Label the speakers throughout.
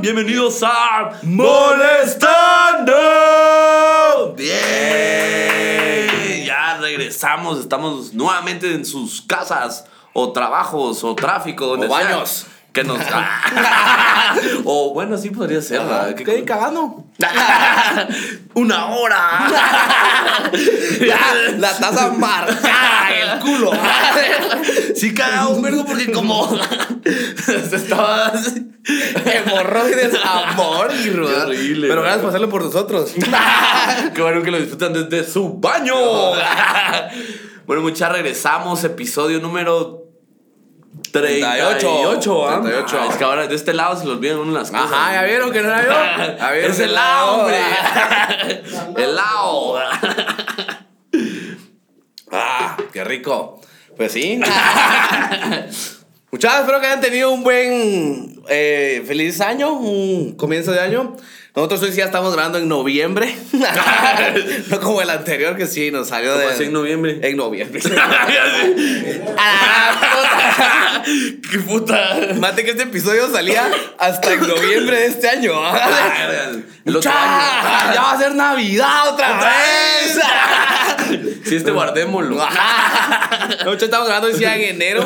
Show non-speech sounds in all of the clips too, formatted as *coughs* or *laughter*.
Speaker 1: Bienvenidos a Molestando. Bien. Ya regresamos. Estamos nuevamente en sus casas o trabajos o tráfico. Donde
Speaker 2: O
Speaker 1: sea
Speaker 2: baños.
Speaker 1: Que
Speaker 2: *laughs*
Speaker 1: nos. *laughs* Ah. o bueno, sí podría ser. ¿verdad? Ah, ¿Qué
Speaker 2: Ah, ¿Qué *laughs*
Speaker 1: cosa?
Speaker 2: cagando?
Speaker 1: Una *laughs*
Speaker 2: *laughs*
Speaker 1: hora.
Speaker 2: La
Speaker 1: *laughs*
Speaker 2: taza marcada en el culo.
Speaker 1: Sí, cagaba *laughs* un vergo porque como se estaba así.
Speaker 2: Hemorroides a morir,
Speaker 1: Qué
Speaker 2: güey.
Speaker 1: horrible,
Speaker 2: Pero
Speaker 1: güey.
Speaker 2: gracias por hacerlo por nosotros.
Speaker 1: *laughs* Qué bueno que lo disfrutan desde su *laughs* baño. bueno, muchachos, regresamos. Episodio número 38.
Speaker 2: 38, ¿ah?
Speaker 1: 38. es que ahora de este lado se los olvidan uno las cosas.
Speaker 2: Ajá, ¿ya vieron que no la
Speaker 1: *laughs*
Speaker 2: vio? ¿Ya vieron
Speaker 1: es
Speaker 2: que
Speaker 1: el
Speaker 2: no
Speaker 1: lado,
Speaker 2: la
Speaker 1: hombre. *laughs*
Speaker 2: vio?
Speaker 1: el lado.
Speaker 2: Ah, qué rico. Pues sí. Muchachos, espero que hayan tenido un buen eh, feliz año, un comienzo de año. Nosotros hoy sí ya estamos grabando en noviembre. *laughs* no como el anterior que sí nos salió de.
Speaker 1: Como así en noviembre. *laughs*
Speaker 2: En noviembre.
Speaker 1: Ah, ¡Qué puta!
Speaker 2: Mate que este episodio salía hasta en noviembre de este año. *laughs*
Speaker 1: El otro
Speaker 2: Mucha,
Speaker 1: año.
Speaker 2: Ya va a ser Navidad otra,
Speaker 1: Otra
Speaker 2: vez. *laughs*
Speaker 1: Si este guardémoslo.
Speaker 2: No, muchachos, estamos grabando hoy sí en *laughs* enero.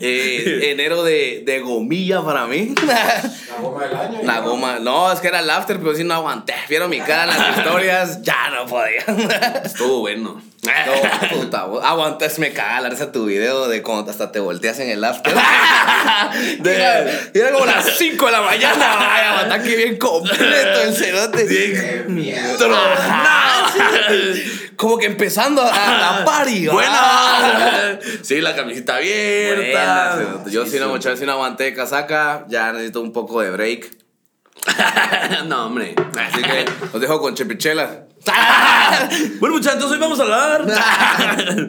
Speaker 2: Eh, enero de, de gomilla para *laughs* mí.
Speaker 3: La goma del año.
Speaker 2: La goma. No, es que era el after, pero sí no aguanté. Vieron mi cara en las historias. Ya no podía. *laughs*
Speaker 1: Estuvo *laughs* bueno.
Speaker 2: No, puta, vos. Aguantas, me caga la risa tu video de cuando hasta te volteas en el *laughs* after.
Speaker 1: *laughs*
Speaker 2: De-
Speaker 1: De-
Speaker 2: y era como las 5 de la mañana. Ay, aguanta aquí bien completo el cerote.
Speaker 3: Qué miedo.
Speaker 2: Tronado.
Speaker 1: *laughs*
Speaker 2: Como que empezando a la party. ah.
Speaker 1: Buena. Sí, la camiseta abierta.
Speaker 2: Buena, cerote. Yo sí, no, muchas veces no aguanté de casaca. Ya necesito un poco de break.
Speaker 1: *laughs* No, hombre.
Speaker 2: Así que los dejo con chepichela.
Speaker 1: *laughs* Bueno, muchachos, hoy vamos a hablar.
Speaker 2: *laughs*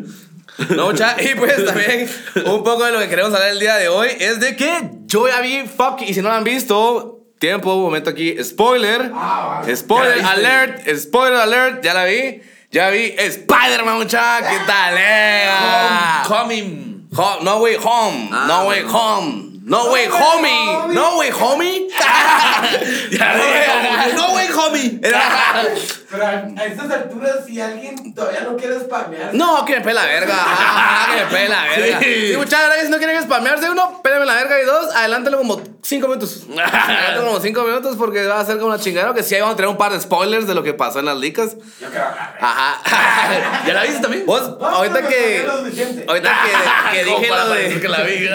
Speaker 2: No, cha, y pues también un poco de lo que queremos hablar el día de hoy es de que yo ya vi fuck y si no lo han visto, tiempo, un momento aquí, spoiler,
Speaker 3: Ah, vale.
Speaker 2: spoiler
Speaker 1: Ya viste.
Speaker 2: alert, spoiler alert, ya la vi, ya vi Spider-Man, mucha, ¿qué tal? eh?
Speaker 1: Coming.
Speaker 2: Ho- no way home,
Speaker 1: Ah,
Speaker 2: no way
Speaker 1: bueno.
Speaker 2: home. No way, homie. No way, *laughs* homie.
Speaker 1: Ya
Speaker 2: No way, no way, homie.
Speaker 3: Pero a, a estas alturas, si alguien todavía no quiere spamear.
Speaker 2: *laughs* No, que me pela la verga. Ajá, que me pela la verga.
Speaker 1: Sí.
Speaker 2: Sí, muchachos, que si no quieren spamearse, uno, pélame la verga. Y dos, adelántalo como cinco *laughs* minutos. Adelántalo como cinco minutos porque va a ser como una chingadera. Que sí, ahí vamos a tener un par de spoilers de lo que pasó en las licas.
Speaker 3: Yo creo que.
Speaker 2: Ajá.
Speaker 1: *laughs* ¿Ya la viste también?
Speaker 2: Vos,
Speaker 3: No,
Speaker 2: ahorita
Speaker 3: pero
Speaker 2: que.
Speaker 3: lo suficiente.
Speaker 2: Ahorita
Speaker 1: *laughs*
Speaker 2: que, que
Speaker 1: Como
Speaker 2: dije
Speaker 1: para
Speaker 2: lo
Speaker 1: parecer que
Speaker 2: de.
Speaker 1: la vi.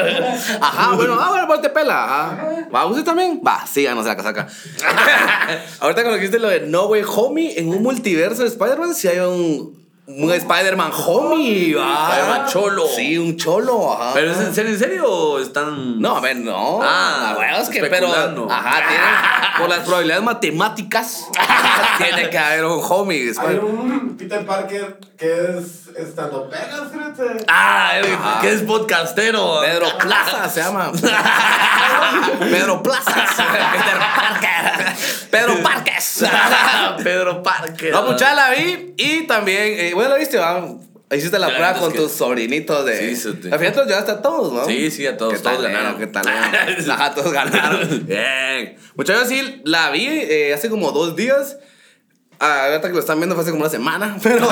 Speaker 2: Ajá, bueno, ah, bueno, pues te pela. Ajá. ¿Va usted también? Va, síganos
Speaker 1: *laughs*
Speaker 2: la casaca. ahorita cuando dijiste lo de No Way Homie, en un multiverso de Spider-Man, si hay un. Un Spider-Man homie, va.
Speaker 1: Spider-Man cholo.
Speaker 2: Sí, un cholo, ajá.
Speaker 1: *laughs* ¿Pero es en serio, en serio o están.?
Speaker 2: No, a ver, no.
Speaker 1: Ah,
Speaker 2: Ah, bueno, es que, pero.
Speaker 1: especulando.
Speaker 2: Ajá, tiene. Por las
Speaker 1: *laughs*
Speaker 2: probabilidades matemáticas, tiene que haber un homie.
Speaker 3: Hay
Speaker 2: Spider-Man.
Speaker 3: un Peter Parker que es estando pegas, fíjate.
Speaker 1: Ah, eh, que es podcastero.
Speaker 2: Pedro Plaza
Speaker 1: *laughs*
Speaker 2: se llama. Pedro Plaza. Pedro Parques.
Speaker 1: *laughs*
Speaker 2: Pedro Parques.
Speaker 1: *laughs* Pedro Parker.
Speaker 2: No, muchacha, la vi. Y también, eh, bueno, la viste, va. Hiciste la
Speaker 1: Ya,
Speaker 2: prueba
Speaker 1: es
Speaker 2: con
Speaker 1: que-
Speaker 2: tus sobrinitos de.
Speaker 1: Sí, sí, sí.
Speaker 2: Al final te los llevaste a todos, ¿no?
Speaker 1: Sí, sí, a todos,
Speaker 2: ¿Qué tal,
Speaker 1: todos ganaron.
Speaker 2: ¿Qué tal? *laughs* eh? Ajá, todos ganaron. *laughs* Bien. Muchachos, sí, la vi eh, hace como dos días. Ah, ahorita que lo están viendo fue hace como una semana, *laughs* pero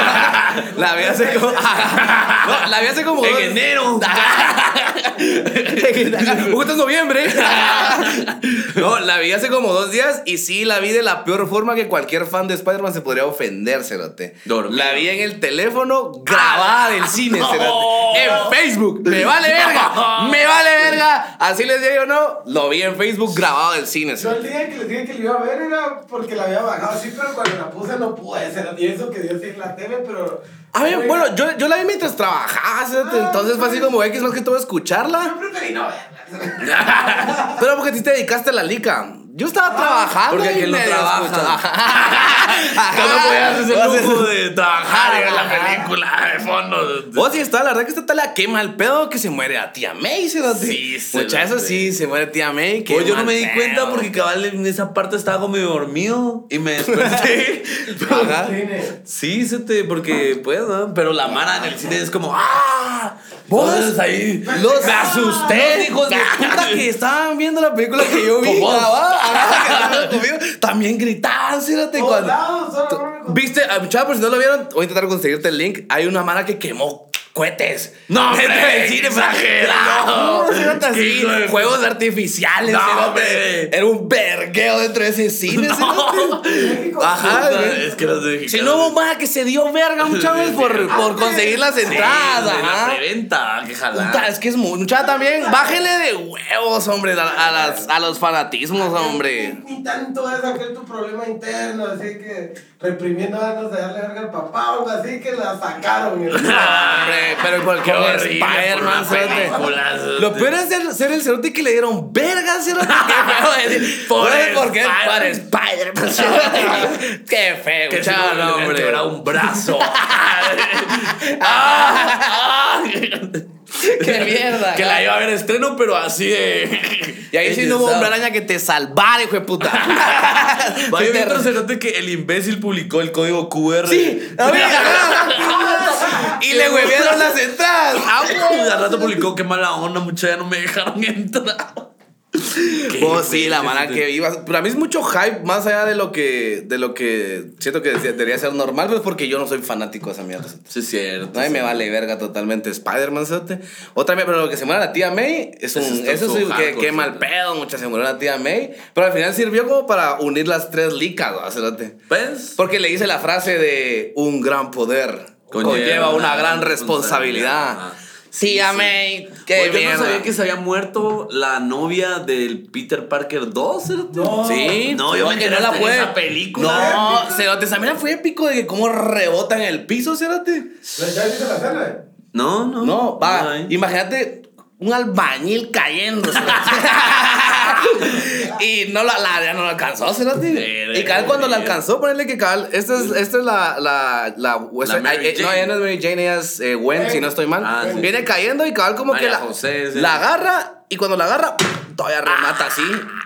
Speaker 2: la vi hace como. *laughs* no, la vi hace como.
Speaker 1: En *laughs*
Speaker 2: dos-
Speaker 1: enero.
Speaker 2: *laughs* Justo es noviembre. *laughs* no, la vi hace como dos días y sí, la vi de la peor forma que cualquier fan de Spider-Man se podría ofender, Cerote.
Speaker 1: Dormido.
Speaker 2: La vi en el teléfono grabada del cine,
Speaker 1: No.
Speaker 2: Cerote. En Facebook. *laughs* Me vale verga. Me vale verga. Así les digo, no. Lo vi en Facebook grabado del cine,
Speaker 3: Yo
Speaker 2: Cerote.
Speaker 3: el día que les dije que lo iba a ver era porque la había bajado así, pero cuando la puse no pude ser. Y eso que dio así en la tele, pero.
Speaker 2: A ver,
Speaker 3: Oiga,
Speaker 2: bueno, yo, yo la vi mientras trabajaba, Cerote. Entonces fue así como X más que todo escucharla.
Speaker 3: Yo preferí no verla.
Speaker 2: Pero porque a ti te dedicaste a la lica. Yo estaba trabajando.
Speaker 1: Ah, porque
Speaker 2: y
Speaker 1: aquí no
Speaker 2: medio
Speaker 1: trabaja.
Speaker 2: escuchaba.
Speaker 1: *laughs* Tú no podías *laughs* hacer el lujo de trabajar en la
Speaker 2: Ajá.
Speaker 1: película de fondo.
Speaker 2: Vos Oh, sí está, la verdad que esta tal la quema el pedo que se muere a tía May, se lo
Speaker 1: Sí, se
Speaker 2: Mucha
Speaker 1: lo
Speaker 2: eso
Speaker 1: sé.
Speaker 2: sí, se muere tía May. qué
Speaker 1: Oye, Pues yo no me
Speaker 2: mal
Speaker 1: di
Speaker 2: pedo.
Speaker 1: cuenta porque
Speaker 2: *laughs*
Speaker 1: cabal en esa parte estaba como medio dormido y me desperté.
Speaker 2: Ajá.
Speaker 3: Cine.
Speaker 1: sí, se te, porque pues, ¿no? pero la mara en el cine es como ¡ah!
Speaker 2: *laughs* ¿Vos?
Speaker 1: Entonces ahí
Speaker 2: Los
Speaker 1: me asusté.
Speaker 2: los *laughs* hijos de puta que estaban viendo la película que yo vi.
Speaker 1: Con vos.
Speaker 2: *laughs* cabal, ajá, que estaban conmigo, También gritaban, fíjate
Speaker 3: Todos
Speaker 2: cuando.
Speaker 3: lados, solo Oh, no me contaron.
Speaker 2: Viste, ah, chava, por si no lo vieron, voy a intentar conseguirte el link. Hay una mala que quemó cohetes.
Speaker 1: No, hombre,
Speaker 2: Dentro del cine,
Speaker 1: exagerado.
Speaker 2: No, fíjate,
Speaker 1: Qué
Speaker 2: así,
Speaker 1: hijo de-
Speaker 2: juegos artificiales.
Speaker 1: No,
Speaker 2: fíjate.
Speaker 1: hombre.
Speaker 2: Era un vergueo dentro de ese cine.
Speaker 1: No.
Speaker 2: *laughs* fíjate.
Speaker 3: Ajá,
Speaker 2: Ajá,
Speaker 1: Puta,
Speaker 2: güey.
Speaker 1: es que los mexicanos-
Speaker 2: Ah, Si no hubo más que se dio verga, muchachos, *laughs* por, por conseguir las
Speaker 1: Sí,
Speaker 2: entradas.
Speaker 1: de
Speaker 2: ajá.
Speaker 1: la preventa, que jalar. *laughs*
Speaker 2: Puta, es que es mucha también. Bájele de huevos, hombre, a, a las, a los fanatismos, hombre.
Speaker 3: Ni, ni tanto es aquel tu problema interno, así que reprimiendo ganas de darle verga al papá o algo así que la sacaron. güey.
Speaker 2: *laughs* Hombre, pero por
Speaker 1: Qué
Speaker 2: con
Speaker 1: horrible,
Speaker 2: Spider-Man,
Speaker 1: por una
Speaker 2: cerote.
Speaker 1: película, cerote. *laughs*
Speaker 2: Lo peor es ser, ser el cerote que le dieron verga, *laughs* cerote. Qué feo decir.
Speaker 1: Por
Speaker 2: Oye, ¿por qué? Por
Speaker 1: Spider-Man. *laughs*
Speaker 2: Spider-Man, *laughs* cerote. *laughs* Qué feo,
Speaker 1: Que si no,
Speaker 2: chaval,
Speaker 1: le hubieran
Speaker 2: hombre.
Speaker 1: quebrado un
Speaker 2: *laughs*
Speaker 1: brazo. *laughs* Ah,
Speaker 2: Qué mierda.
Speaker 1: Que la iba a ver estreno, pero así de.
Speaker 2: Y ahí sí no hubo una araña que te salvara, hijo de *laughs* puta.
Speaker 1: Vaya,
Speaker 2: Sí, te-
Speaker 1: mientras cerote que el imbécil publicó el código QR.
Speaker 2: Sí, a mí, *laughs* ajá. Y le huevearon las entradas. *laughs* Ah,
Speaker 1: Y al rato publicó qué mala onda, mucha ya no me dejaron *laughs* entrar.
Speaker 2: Oh, sí, la mala
Speaker 1: imbécil,
Speaker 2: que iba. Para mí es mucho hype, más allá de lo que, de lo que siento que decía- debería ser normal, pues porque yo no soy fanático de esa mierda. ¿sí?
Speaker 1: Sí, es cierto.
Speaker 2: A mí me vale verga totalmente Spider-Man, ¿sí? Otra mierda, pero lo que se muere la tía May es un.
Speaker 1: Eso es
Speaker 2: Eso,
Speaker 1: todo
Speaker 2: sí, que,
Speaker 1: hardcore,
Speaker 2: qué mal
Speaker 1: ¿sí?
Speaker 2: pedo, mucha se murió la tía May. Pero al final sirvió como para unir las tres licas, ¿no? ¿sí?
Speaker 1: ¿Ves?
Speaker 2: Porque le hice la frase de un gran poder conlleva, una gran responsabilidad. Pues
Speaker 1: Ajá.
Speaker 2: Tía May, qué
Speaker 1: Oye, yo
Speaker 2: mierda.
Speaker 1: no sabía que se había muerto la novia del Peter Parker 2, ¿cierto?
Speaker 3: No.
Speaker 2: Sí,
Speaker 1: No, yo me
Speaker 2: que no
Speaker 1: enteré
Speaker 2: la
Speaker 1: hasta en
Speaker 2: puede.
Speaker 1: esa película.
Speaker 2: No, Cerote, también fue épico de que cómo rebota en el piso, Cerote.
Speaker 3: ¿Ya ya viste la escena?
Speaker 1: No, no.
Speaker 2: No,
Speaker 1: No,
Speaker 2: va.
Speaker 1: ahí.
Speaker 2: Imagínate un albañil cayendo,
Speaker 1: *laughs*
Speaker 2: Cerote. y no la, la- ya no la alcanzó, Cerote.
Speaker 1: Verga,
Speaker 2: Y cabal cuando la
Speaker 1: verga.
Speaker 2: alcanzó, ponerle que cabal, esta es, esta es la, la, la, esta-
Speaker 1: Mary
Speaker 2: ay, eh, No,
Speaker 1: Jane.
Speaker 2: ella no es Mary Jane, ella es eh, Gwen,
Speaker 3: Gwen.
Speaker 2: si no estoy mal.
Speaker 1: Ah, sí.
Speaker 2: Viene cayendo y cabal como
Speaker 1: María
Speaker 2: que la,
Speaker 1: José, sí.
Speaker 2: la agarra y cuando la agarra, todavía remata así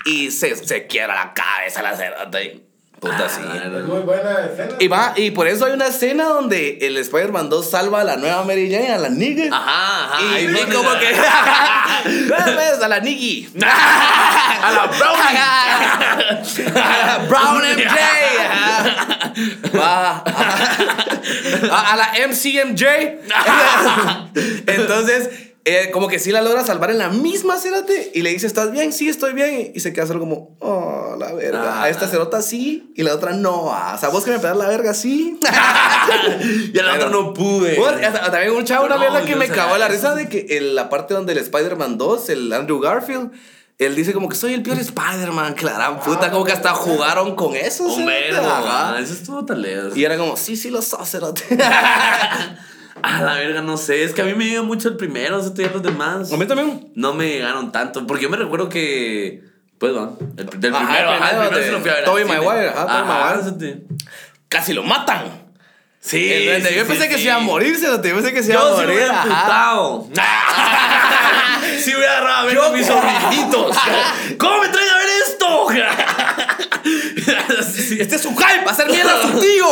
Speaker 2: y se, se quiebra la cabeza la Cerote. y Puta,
Speaker 1: Ah,
Speaker 2: sí.
Speaker 1: la
Speaker 3: Es
Speaker 1: verdad.
Speaker 3: muy buena escena.
Speaker 2: Y va, y por eso hay una escena donde el Spider-Man 2 salva a la nueva Mary Jane, a la nigga.
Speaker 1: Ajá, ajá. ahí
Speaker 2: Y, y
Speaker 1: viene
Speaker 2: como
Speaker 1: la- *laughs*
Speaker 2: que. "Ah, pues, a la *laughs* Nikki.
Speaker 1: a la *laughs*
Speaker 2: Brownie. a la Brown MJ. ajá. Va. A, a la MCMJ.
Speaker 1: *laughs*
Speaker 2: Entonces. eh, como que sí la logra salvar en la misma cerate y le dice, ¿estás bien? Sí, estoy bien. Y se queda solo como, oh, la verga.
Speaker 1: Ah.
Speaker 2: A esta cerota sí y la otra no. ah. O sea, vos que me pegas la
Speaker 1: *laughs*
Speaker 2: verga sí.
Speaker 1: Y al otro
Speaker 2: Pero-
Speaker 1: no pude.
Speaker 2: Bueno, hasta- también un chavo, una
Speaker 1: No,
Speaker 2: mierda que
Speaker 1: yo
Speaker 2: me
Speaker 1: sé,
Speaker 2: cagó la
Speaker 1: eso
Speaker 2: risa de que en la parte donde el Spider-Man 2, el Andrew Garfield, él dice como que soy el peor Spider-Man, que la gran puta, como que hasta jugaron con eso.
Speaker 1: Ah, Un
Speaker 2: cerote,
Speaker 1: verbo.
Speaker 2: ajá.
Speaker 1: ah, Eso estuvo tan lejos.
Speaker 2: Y era como, sí, sí,
Speaker 1: *laughs*
Speaker 2: los sacerdotes.
Speaker 1: A Ah, la verga, no sé. Es que a mí me dio mucho el primero, o sea, todavía los demás.
Speaker 2: también.
Speaker 1: No me llegaron tanto. Porque yo me recuerdo que. Pues van. El, del
Speaker 2: Ajá,
Speaker 1: primero, ajá, el
Speaker 2: primero
Speaker 1: primero
Speaker 2: de
Speaker 1: se lo fui a ver.
Speaker 2: Tobey
Speaker 1: al cine.
Speaker 2: Maguire, ajá, Tobey Maguire.
Speaker 1: ese te-
Speaker 2: Casi lo matan.
Speaker 1: Sí.
Speaker 2: El duende,
Speaker 1: sí,
Speaker 2: yo
Speaker 1: sí,
Speaker 2: pensé que
Speaker 1: sí.
Speaker 2: se iba a morir, cerote, yo pensé que se iba a
Speaker 1: Yo sí me
Speaker 2: morir.
Speaker 1: hubiera
Speaker 2: ajá.
Speaker 1: emputado.
Speaker 2: *laughs*
Speaker 1: Si hubiera agarrado a ver a mis sobrinitos. *laughs* ¿Cómo me traen a ver esto? *laughs* Sí, sí.
Speaker 2: Este es su hype, va a ser mierda
Speaker 1: *laughs*
Speaker 2: su tío.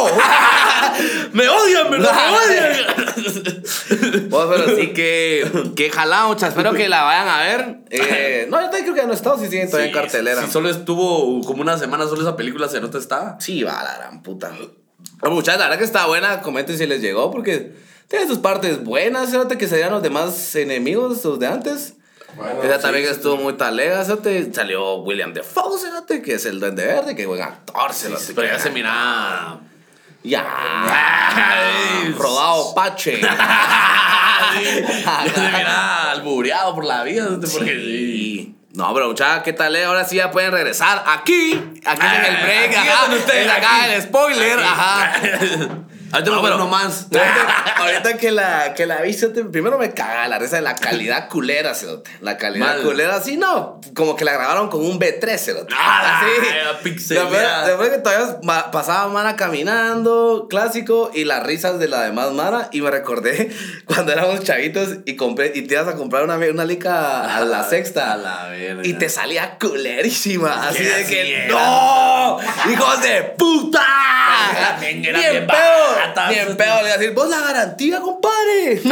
Speaker 1: Me odian, ¿verdad?
Speaker 2: No.
Speaker 1: Me odian.
Speaker 2: Oh, pero sí que, que jalado, mucha. Espero que la vayan a ver. Eh,
Speaker 1: *laughs*
Speaker 2: no, yo también creo que ya no estado, si siguen todavía en cartelera.
Speaker 1: Si solo estuvo como una semana, solo esa película se nota estaba.
Speaker 2: Sí, va la gran puta. Pero muchachos, la verdad que está buena. Comenten si les llegó, porque tiene sus partes buenas. Fíjate que serían los demás enemigos, los de antes.
Speaker 3: Bueno,
Speaker 2: Esa
Speaker 3: sí,
Speaker 2: también estuvo muy talega. fíjate. Salió William Defoe, fíjate, que es el duende verde, que buen actor. fíjate,
Speaker 1: Pero
Speaker 2: que-
Speaker 1: ya se miraba. *laughs*
Speaker 2: Ya. Ah, Rodado Pache. *laughs*
Speaker 1: Ya se miraba albureado por la vida. ¿sí? Porque sí.
Speaker 2: Y- No, pero muchachos, ¿qué tal? eh? Ahora sí ya pueden regresar aquí. Aquí en el break,
Speaker 1: Eh, Aquí
Speaker 2: ajá.
Speaker 1: donde ustedes,
Speaker 2: en acá
Speaker 1: aquí.
Speaker 2: el spoiler,
Speaker 1: Aquí.
Speaker 2: ajá.
Speaker 1: *laughs* Ahorita me
Speaker 2: No,
Speaker 1: acuerdo
Speaker 2: pero-
Speaker 1: nomás.
Speaker 2: Ahorita, Ah, *laughs* ahorita que la, que la vi, se te- primero me cagaba la risa de la calidad culera, cerote. La calidad
Speaker 1: Mal.
Speaker 2: culera, sí, no. Como que la grabaron con un B3, cerote.
Speaker 1: Ah,
Speaker 2: Así.
Speaker 1: era pixeleada.
Speaker 2: Después- después que todavía ma- pasaba Mara caminando, clásico, y las risas de la demás Mara. Y me recordé *laughs* cuando éramos chavitos y, compré, y te ibas a comprar una, una lica a la sexta.
Speaker 1: Ah, A la verga.
Speaker 2: Y te salía culerísima. Así
Speaker 1: Sí,
Speaker 2: de
Speaker 1: así
Speaker 2: que.
Speaker 1: era.
Speaker 2: ¡No! ¡Hijos de puta!
Speaker 1: *laughs* También era
Speaker 2: Ah, ¡Bien
Speaker 1: bien
Speaker 2: pedo!
Speaker 1: pirata.
Speaker 2: Ni en pedo le voy a decir, vos la garantía, compadre.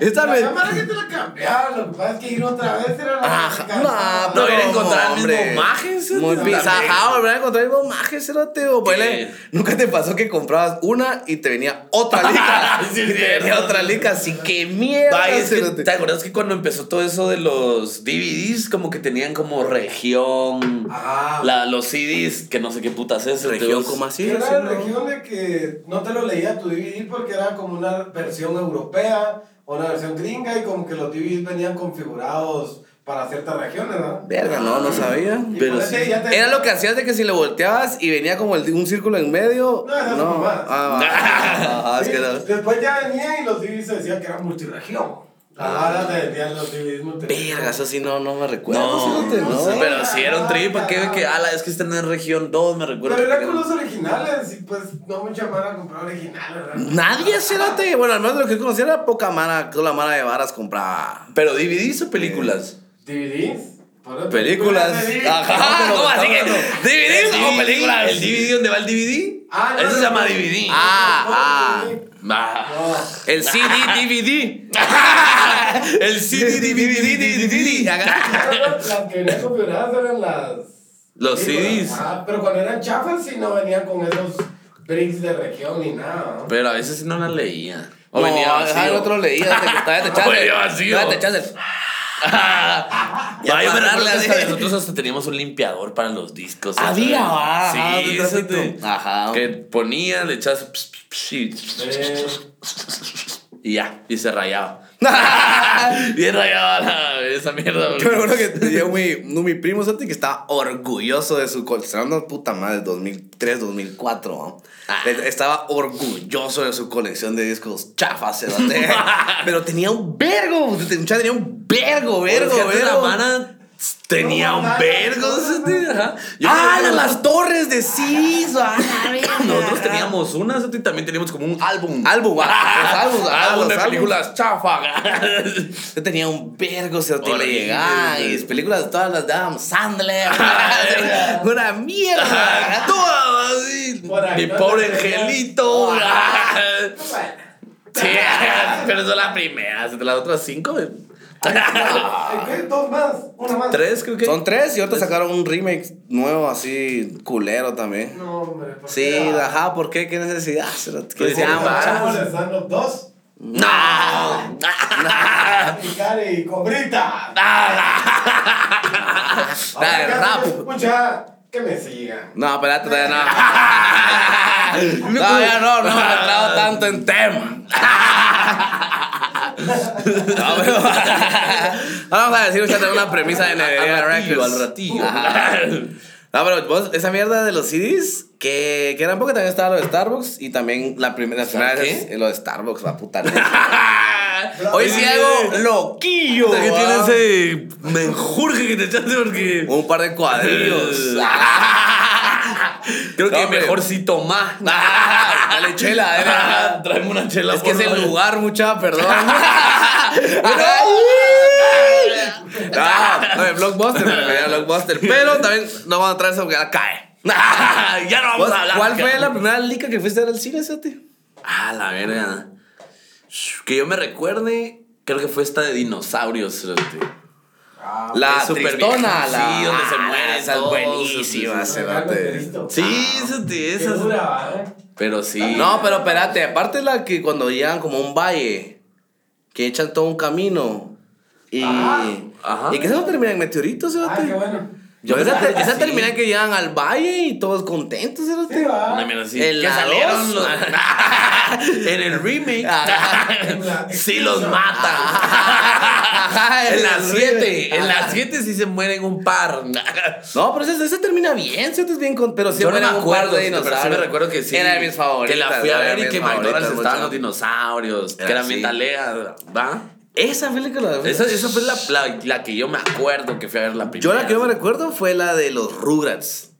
Speaker 2: Esta
Speaker 3: La
Speaker 2: me-
Speaker 3: cámara que te la cambiaron, lo que pasa es que ir otra vez era la
Speaker 2: Ajá,
Speaker 3: única.
Speaker 2: no,
Speaker 1: No, ir a
Speaker 2: pero,
Speaker 1: encontrar el
Speaker 2: hombre.
Speaker 1: mismo maje, ¿sí?
Speaker 2: Muy
Speaker 1: También.
Speaker 2: pisajado, volver a encontrar el mismo maje, cerote, o ponele, Nunca te pasó que comprabas una y te venía otra lica.
Speaker 1: Sí,
Speaker 2: y te
Speaker 1: cierto.
Speaker 2: venía otra lica, así que mierda,
Speaker 1: Ay, es que,
Speaker 2: cerote.
Speaker 1: ¿Te acuerdas que cuando empezó todo eso de los DVDs, como que tenían como región,
Speaker 3: Ah.
Speaker 1: la, los CDs, que no sé qué putas es,
Speaker 2: Región
Speaker 1: te-
Speaker 2: como así,
Speaker 3: Sí, era
Speaker 2: así,
Speaker 3: la
Speaker 2: ¿no?
Speaker 3: región de que no te lo leía tu DVD porque era como una versión europea o una versión gringa y como que los DVDs venían configurados para ciertas regiones, ¿verdad?
Speaker 2: Verga, no, no sabía.
Speaker 3: Ah. Y
Speaker 1: Pero
Speaker 3: por
Speaker 1: sí.
Speaker 3: ese ya te-
Speaker 2: Era lo que hacías de que si le volteabas y venía como el- un círculo en medio.
Speaker 3: No, esas
Speaker 2: no.
Speaker 3: mamadas.
Speaker 2: Ah, ah, ah, es
Speaker 3: Sí,
Speaker 2: que no.
Speaker 3: Después ya venía y los DVDs se decía que era multiregión. Ahora te vendían los DVDs multiregión.
Speaker 2: Ah. Verga, eso sí no, no me recuerdo.
Speaker 1: No,
Speaker 2: cerote, no.
Speaker 3: sé.
Speaker 1: pero si era un trip, ¿a ¿qué? Que, ala, es que están en región 2, me recuerdo.
Speaker 3: Pero era
Speaker 1: que-
Speaker 3: con los originales y pues no mucha mara compraba originales, ¿verdad?
Speaker 2: Nadie, cerote. Bueno, al menos lo que yo conocía era poca mara, toda la mara de varas compraba.
Speaker 1: ¿Pero DVDs o películas?
Speaker 3: DVDs. por eso-
Speaker 2: Películas.
Speaker 3: Sí.
Speaker 2: Ajá,
Speaker 1: Ah, ¿cómo así que?
Speaker 2: ¿DVDs
Speaker 1: ¿DVDs
Speaker 2: o películas?
Speaker 1: ¿El DVD dónde va el DVD?
Speaker 3: Ah, no,
Speaker 1: Eso
Speaker 3: no,
Speaker 1: se llama
Speaker 3: no.
Speaker 1: DVD.
Speaker 2: Ah,
Speaker 3: No, no, no,
Speaker 1: Ah.
Speaker 3: no.
Speaker 2: El CD, DVD.
Speaker 1: *laughs* El CD, *laughs* DVD, DVD.
Speaker 3: las que venían configuradas eran las.
Speaker 1: Los
Speaker 3: películas.
Speaker 1: CDs.
Speaker 3: Ajá, pero cuando eran chafas, sí no venían con esos bricks de región ni nada. ¿no?
Speaker 1: Pero a veces no la leía. O
Speaker 2: O no,
Speaker 1: venía vacío.
Speaker 2: ajá, el otro leía. de que
Speaker 1: *laughs*
Speaker 2: Todavía te echas.
Speaker 1: Venía vacío.
Speaker 2: Todavía te echas. el-
Speaker 1: No, yo me recuerdo
Speaker 2: amarrarla
Speaker 1: que hasta
Speaker 2: de-
Speaker 1: nosotros hasta teníamos un limpiador para los discos.
Speaker 2: Había,
Speaker 1: ¿sabes?
Speaker 2: ajá,
Speaker 1: Sí,
Speaker 2: de
Speaker 1: ese ah,
Speaker 2: trapito.
Speaker 1: de- Ah,
Speaker 2: Ajá.
Speaker 1: *laughs* Que ponía, le echabas pss, pss, pss, y pss,
Speaker 3: Eh,
Speaker 1: y ya, y se rayaba. *laughs* Bien rayaba la- esa mierda. boludo.
Speaker 2: Yo me acuerdo que tenía mi, no, mi primo Santi que estaba orgulloso de su colección. Una puta madre, 2003, 2004. ¿no?
Speaker 1: Ah.
Speaker 2: Le- Estaba orgulloso de su colección de discos
Speaker 1: *laughs*
Speaker 2: chafas. cerote. Pero tenía un vergo. Un chavo tenía un vergo, vergo,
Speaker 1: Porque antes
Speaker 2: vergo.
Speaker 1: La mana tenía
Speaker 3: No,
Speaker 1: un
Speaker 3: nada,
Speaker 1: vergo.
Speaker 3: nada,
Speaker 1: ¿sí? Ajá. Yo me
Speaker 2: ¡Ah,
Speaker 1: acuerdo-
Speaker 2: la- las torres de CIS! ah, la verga.
Speaker 1: Nosotros teníamos una, ¿sí? también teníamos como un álbum.
Speaker 2: Álbum, ah, los álbums, ah,
Speaker 1: álbum
Speaker 2: los
Speaker 1: de
Speaker 2: álbums.
Speaker 1: películas
Speaker 2: *laughs*
Speaker 1: chafa.
Speaker 2: Yo tenía un vergo, se te
Speaker 1: Horrible,
Speaker 2: le llegaba.
Speaker 1: güey.
Speaker 2: Y las películas todas las dábamos *laughs* Sandler. una mierda.
Speaker 1: Todas así.
Speaker 3: Por ahí
Speaker 1: Mi
Speaker 3: no
Speaker 1: pobre
Speaker 3: te veía. *laughs*
Speaker 1: angelito.
Speaker 2: Ah.
Speaker 3: bueno.
Speaker 1: Sí, pero eso es la primera. ¿sí? De las otras cinco. *laughs* eh.
Speaker 3: ¿Qué? Dos más, una más.
Speaker 1: Tres, creo que. *laughs*
Speaker 2: Son tres y ahorita sacaron un remake nuevo así culero también. Ah.
Speaker 3: No, hombre. ¿por
Speaker 2: Sí,
Speaker 3: qué?
Speaker 2: ajá, ¿por qué? ¿Qué necesidad? cerote? ¿Qué
Speaker 1: Pues
Speaker 2: se
Speaker 1: ya,
Speaker 2: llama?
Speaker 1: va.
Speaker 3: Ah,
Speaker 2: chavo?
Speaker 3: molestando, Dos.
Speaker 1: ¡No!
Speaker 2: *laughs*
Speaker 3: Y Care y Cobrita.
Speaker 2: La de
Speaker 3: Ahora,
Speaker 2: rap.
Speaker 3: Mucha, que me sigan.
Speaker 2: No,
Speaker 1: *laughs*
Speaker 2: espérate, todavía no. Todavía no, no me he entrado tanto en tema. No, pero- *laughs* Ahora Vamos a decir un chat una premisa de Nevería
Speaker 1: Al ratillo,
Speaker 2: Records.
Speaker 1: al ratillo.
Speaker 2: Ajá. No, pero vos, esa mierda de los CDs, que, que eran porque también estaba lo de Starbucks y también la primera, las primeras veces, eh, lo de Starbucks, la
Speaker 1: *laughs*
Speaker 2: puta. leche. Hoy sí hago loquillo.
Speaker 1: ¿Qué tiene
Speaker 2: ¿va?
Speaker 1: ese menjurje que te echaste? Porque.
Speaker 2: Un par de
Speaker 1: Eh.
Speaker 2: cuadrillos.
Speaker 1: *laughs* Ah. Creo que
Speaker 2: No, hombre.
Speaker 1: mejor sí *laughs* tomá.
Speaker 2: Dale chela, era.
Speaker 1: *laughs* Traeme una chela.
Speaker 2: Es que es el
Speaker 1: porfa.
Speaker 2: lugar, mucha, *laughs* perdón. no, no, de Ah, Blockbuster, me refería a Blockbuster. Pero también no vamos a traer eso porque ya cae.
Speaker 1: ya no *laughs* vamos
Speaker 2: ¿Vos-
Speaker 1: a hablar.
Speaker 2: ¿Cuál fue la primera lica que fuiste a ver al cine, Sati?
Speaker 1: Ah, la verga. *laughs* Que yo me recuerde, creo que fue esta de dinosaurios. este. cerote.
Speaker 3: Ah,
Speaker 2: La
Speaker 1: Es súper
Speaker 2: tristona,
Speaker 1: vieja,
Speaker 2: la. Ah,
Speaker 1: sí, donde se mueren
Speaker 2: Esa es
Speaker 1: todos,
Speaker 2: buenísima,
Speaker 1: sí,
Speaker 3: sí, sí.
Speaker 2: cerote.
Speaker 1: Sí, esas de
Speaker 3: Esa
Speaker 1: esas.
Speaker 3: es dura, ¿eh?
Speaker 1: Pero sí.
Speaker 2: No, pero espérate, aparte la que cuando llegan como a un valle, que echan todo un camino. Y,
Speaker 3: Ajá.
Speaker 1: Ajá.
Speaker 2: y que eso no termina en meteoritos,
Speaker 3: Ah,
Speaker 2: cerote.
Speaker 3: qué bueno.
Speaker 2: Yo esa,
Speaker 1: pensaba que
Speaker 2: esa
Speaker 1: sí.
Speaker 2: termina que llegan al valle y todos contentos, cerote.
Speaker 3: Sí, va.
Speaker 1: Una mierda así.
Speaker 2: En
Speaker 1: Que
Speaker 2: la
Speaker 1: salieron *laughs*
Speaker 2: dos.
Speaker 1: los- Ah, en el remake. Ah.
Speaker 2: *laughs*
Speaker 3: En la-
Speaker 1: sí los *laughs* mata.
Speaker 2: Ajá,
Speaker 1: en
Speaker 2: en
Speaker 1: las
Speaker 2: el
Speaker 1: 7.
Speaker 2: remake.
Speaker 1: En las
Speaker 2: Ajá.
Speaker 1: 7 sí se mueren un par. *laughs*
Speaker 2: No, pero esa, esa termina bien, ¿cierto? Es bien con, pero sí
Speaker 1: Yo no me
Speaker 2: mueren un
Speaker 1: acuerdo,
Speaker 2: par de
Speaker 1: pero sí me
Speaker 2: dinosaurios.
Speaker 1: recuerdo que sí.
Speaker 2: Era de mis favoritas.
Speaker 1: Que la fui a
Speaker 2: era de
Speaker 1: ver y
Speaker 2: mis
Speaker 1: que McDonald's
Speaker 2: favoritas,
Speaker 1: estaban
Speaker 2: mucho.
Speaker 1: los dinosaurios. Que
Speaker 2: Era
Speaker 1: era
Speaker 2: así.
Speaker 1: metalea. ¿Va?
Speaker 2: Esa fue la que la-
Speaker 1: Esa, esa fue la, la, la que yo me acuerdo que fui a ver la primera.
Speaker 2: Yo la que yo me recuerdo fue la de los Rugrats.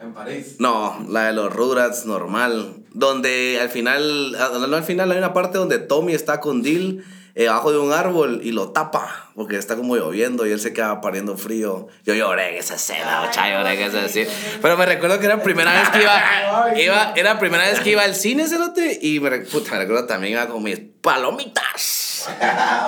Speaker 3: En París. *laughs*
Speaker 2: No, la de los Rugrats normal. Donde al final, ah, no al final, hay una parte donde Tommy está con Dil eh, abajo de un árbol y lo tapa porque está como lloviendo y él se queda pariendo frío. Yo lloré en esa escena, mucha, lloré en esa escena. Pero me recuerdo que era la primera vez que iba, iba- era la primera vez que iba al cine, cerote, y me, re- puta, me recuerdo también iba con mis palomitas.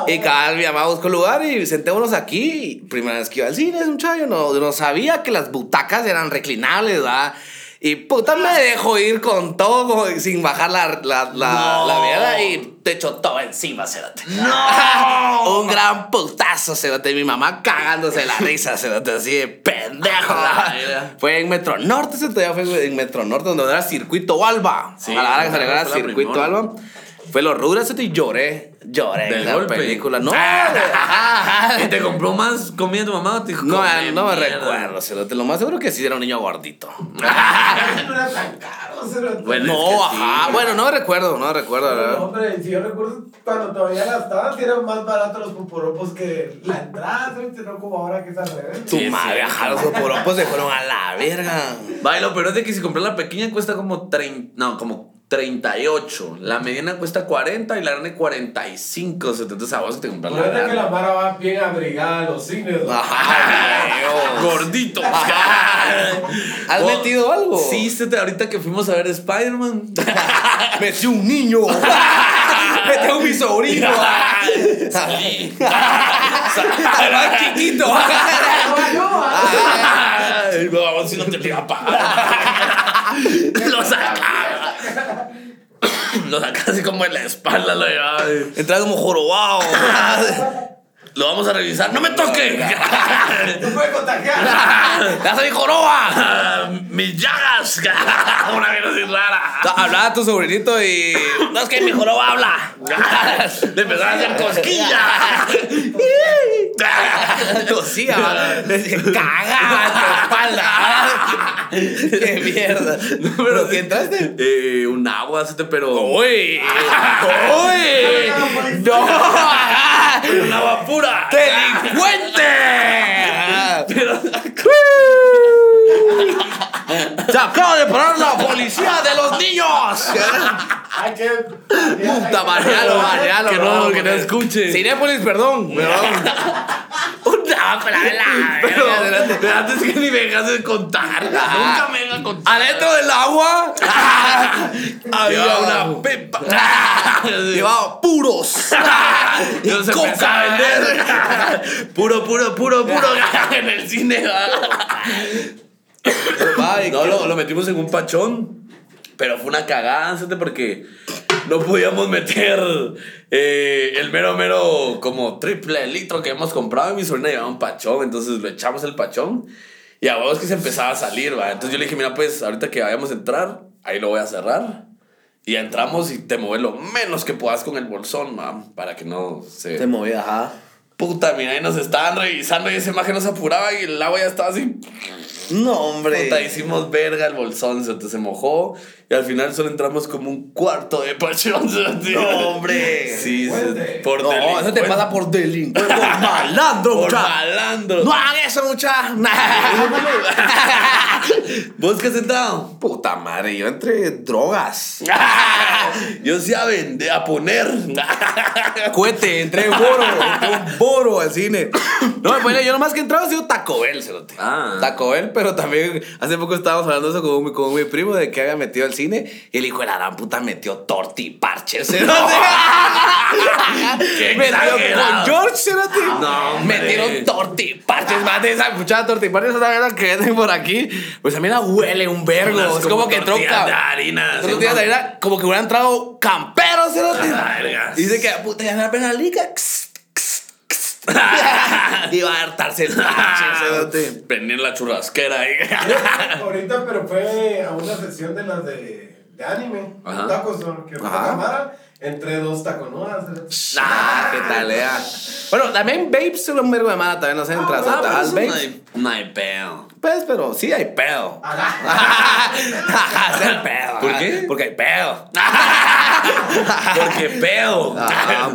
Speaker 2: Y cabal, mi mamá buscó lugar y sentémonos aquí. Primera vez que iba al cine, es un chayo. No, no sabía que las butacas eran reclinables, ¿verdad? Y puta, me dejó ir con todo, como sin bajar la, la, la,
Speaker 1: No.
Speaker 2: la mierda y te echó todo encima, Cerote.
Speaker 1: ¡No!
Speaker 2: un gran putazo, Cerote. Mi mamá cagándose la risa, Cerote, así de pendejo. *laughs*
Speaker 1: Ah, mira.
Speaker 2: fue en Metro Norte, Cerote, ya fue en Metro Norte, donde era Circuito Alba.
Speaker 1: Sí,
Speaker 2: a la hora que se le
Speaker 1: esa
Speaker 2: era
Speaker 1: fue la
Speaker 2: Circuito
Speaker 1: primera.
Speaker 2: Alba. Fue los rubros, Cerote, y lloré. Lloré
Speaker 1: Del
Speaker 2: en la
Speaker 1: golpe.
Speaker 2: película.
Speaker 1: *laughs*
Speaker 2: No, ajá, ajá.
Speaker 1: *laughs* ¿Y te compró más comida tu mamá o te dijo,
Speaker 2: No,
Speaker 1: "Come
Speaker 2: no me
Speaker 1: mierda"?
Speaker 2: recuerdo, Cerote. Lo más seguro que sí era un niño gordito.
Speaker 3: No era tan caro, cerote.
Speaker 1: Ah, Bueno,
Speaker 2: no,
Speaker 1: es que sí.
Speaker 2: ajá. Bueno, no recuerdo, no recuerdo, la
Speaker 3: Pero,
Speaker 2: verdad.
Speaker 3: hombre, si yo recuerdo cuando todavía gastaban, sí eran más baratos los puporopos que la entrada, cerote, no como ahora que es al revés.
Speaker 2: Tu
Speaker 1: Sí, es
Speaker 2: madre,
Speaker 1: cierto.
Speaker 2: ajá, los poropos se fueron a la
Speaker 1: *laughs*
Speaker 2: verga.
Speaker 1: Va, y lo peor es de que si compras la pequeña cuesta como 30, no, como 38. La mediana cuesta 40 y la grande 45. Se trata a vos que te compras la
Speaker 3: Acuérdate que la
Speaker 1: grande.
Speaker 3: mara va bien abrigada a los cines. ¿no?
Speaker 2: Ajá, oh, Dios.
Speaker 1: Gordito.
Speaker 2: *laughs* ¿Has
Speaker 1: Oh,
Speaker 2: metido algo?
Speaker 1: Sí, se te- ahorita que fuimos a ver
Speaker 2: *laughs*
Speaker 1: Spider-Man.
Speaker 2: Metí un niño. *laughs* Metí a mi sobrino.
Speaker 1: *laughs* Salí. *laughs*
Speaker 2: Al más *laughs* chiquito.
Speaker 3: No, yo, ah.
Speaker 1: Ay, No, si no te iba a pagar. Lo sacaba. Lo sacaba así como en la espalda, lo llevaba. así.
Speaker 2: Entraba como jorobado.
Speaker 1: Lo vamos a revisar. ¡No me toque!
Speaker 3: No puede contagiar.
Speaker 1: Ah.
Speaker 2: ¡Ya soy joroba!
Speaker 1: ¡Mis llagas! *laughs* Una vez así rara.
Speaker 2: Hablaba tu sobrinito y. No es que mi joroba habla.
Speaker 1: Le empezaba a hacer cosquillas.
Speaker 2: Tosía, ¿va? Le decía, caga en tu espalda. *laughs* ¡Qué mierda!
Speaker 1: No,
Speaker 2: ¿Pero
Speaker 1: sí.
Speaker 2: qué entraste?
Speaker 1: Eh, un agua, se te pero.
Speaker 2: ¡Uy! ¡Uy!
Speaker 3: ¡Uy!
Speaker 2: ¡No!
Speaker 1: ¡Un agua pura!
Speaker 2: ¡Delincuente!
Speaker 1: Pero-
Speaker 2: ¡Se acaba de parar la policía de los niños!
Speaker 3: Hay que.
Speaker 2: ¡Puta, banealo, banealo!
Speaker 1: Que no,
Speaker 2: bro,
Speaker 1: que no
Speaker 2: porque-
Speaker 1: escuche.
Speaker 2: Cinépolis, perdón. Pero... ¡Una plana!
Speaker 1: *laughs* Pero, pero antes que ni me dejas de contar. Nunca me dejas contar.
Speaker 2: Adentro
Speaker 1: *laughs*
Speaker 2: del agua había
Speaker 1: Llevaba
Speaker 2: una
Speaker 1: una *laughs* pepa.
Speaker 2: Llevaba puros.
Speaker 1: *laughs* Yo se
Speaker 2: Coca.
Speaker 1: empezaba a
Speaker 2: *laughs*
Speaker 1: vender. Puro, puro, puro, puro *laughs* en el cine. No, lo, lo metimos en un pachón. Pero fue una cagada, ¿sí? porque no podíamos meter eh, el mero, mero, como triple litro que hemos comprado. Y mi sobrina llevaba un pachón, entonces lo echamos el pachón. Y a huevos que se empezaba a salir, ¿va? Entonces yo le dije, mira, pues ahorita que vayamos a entrar, ahí lo voy a cerrar. Y ya entramos y te mueves lo menos que puedas con el bolsón, ¿va? Para que no se.
Speaker 2: Te moví, ajá.
Speaker 1: Puta, mira, ahí nos estaban revisando y esa imagen nos apuraba y el agua ya estaba así.
Speaker 2: No, hombre.
Speaker 1: Puta, hicimos verga el bolsón, se, se mojó y al final solo entramos como un cuarto de pachón. se-
Speaker 2: No, hombre.
Speaker 1: Sí, se- por
Speaker 2: No, eso
Speaker 1: delincuente.
Speaker 2: te pasa por delincuente.
Speaker 1: *laughs*
Speaker 2: Por malandro,
Speaker 1: Por
Speaker 2: mucha.
Speaker 1: malandro.
Speaker 2: No hagan eso, mucha. *laughs*
Speaker 1: ¿Vos qué has sentado?
Speaker 2: Puta madre, yo entre drogas.
Speaker 1: *laughs* Yo sí a vender, a poner.
Speaker 2: Cuete, entré en boro, entré en boro al cine. No, me ponía, yo nomás que entraba ha sido Taco Bell, cerote.
Speaker 1: Ah.
Speaker 2: Taco Bell, pero también hace poco estábamos hablando eso con, mi- con mi primo de que había metido al cine y el hijo de la gran puta metió torti
Speaker 1: *laughs*
Speaker 2: y parche, *laughs* cerote.
Speaker 1: ¡Qué
Speaker 2: Metió con
Speaker 1: exagerado!
Speaker 2: George, cerote.
Speaker 1: No, hombre.
Speaker 2: Metieron torti y parches, más de esa muchacha torti y parches, esa mierda que venden por aquí. Pues a mí la huele un vergo,
Speaker 1: Unas
Speaker 2: es como, que
Speaker 1: tortillas
Speaker 2: troca.
Speaker 1: de harina. así,
Speaker 2: Otro día
Speaker 1: ¿no?
Speaker 2: de era como que hubieran entrado camperos, cerote.
Speaker 1: Ah, vergas.
Speaker 2: Y dice que, puta, ya me da pena liga. Y va a hartarse el parche,
Speaker 1: *laughs*
Speaker 2: cerote.
Speaker 1: Prender la churrasquera
Speaker 2: *laughs*
Speaker 1: ahí. *laughs*
Speaker 3: Ahorita, pero fue a una sesión de las de, de anime.
Speaker 1: Ajá.
Speaker 3: Tacos, ¿no? que fue
Speaker 2: Ajá.
Speaker 3: cámara. Entre dos taconudas. cerote.
Speaker 2: Ah, qué talea. Bueno, también babes son un vergo de mala, también nos entra.
Speaker 3: Ah,
Speaker 2: o sea,
Speaker 3: no, pero
Speaker 2: al
Speaker 3: eso
Speaker 2: babes,
Speaker 1: No hay pedo.
Speaker 2: Pues, pero sí hay
Speaker 3: *laughs*
Speaker 2: pedo.
Speaker 3: Ajá.
Speaker 1: *laughs*
Speaker 2: Sí hay pedo.
Speaker 1: ¿Por
Speaker 2: ah,
Speaker 1: qué?
Speaker 2: Porque hay pedo. *laughs*
Speaker 1: Porque pedo.
Speaker 2: Ah.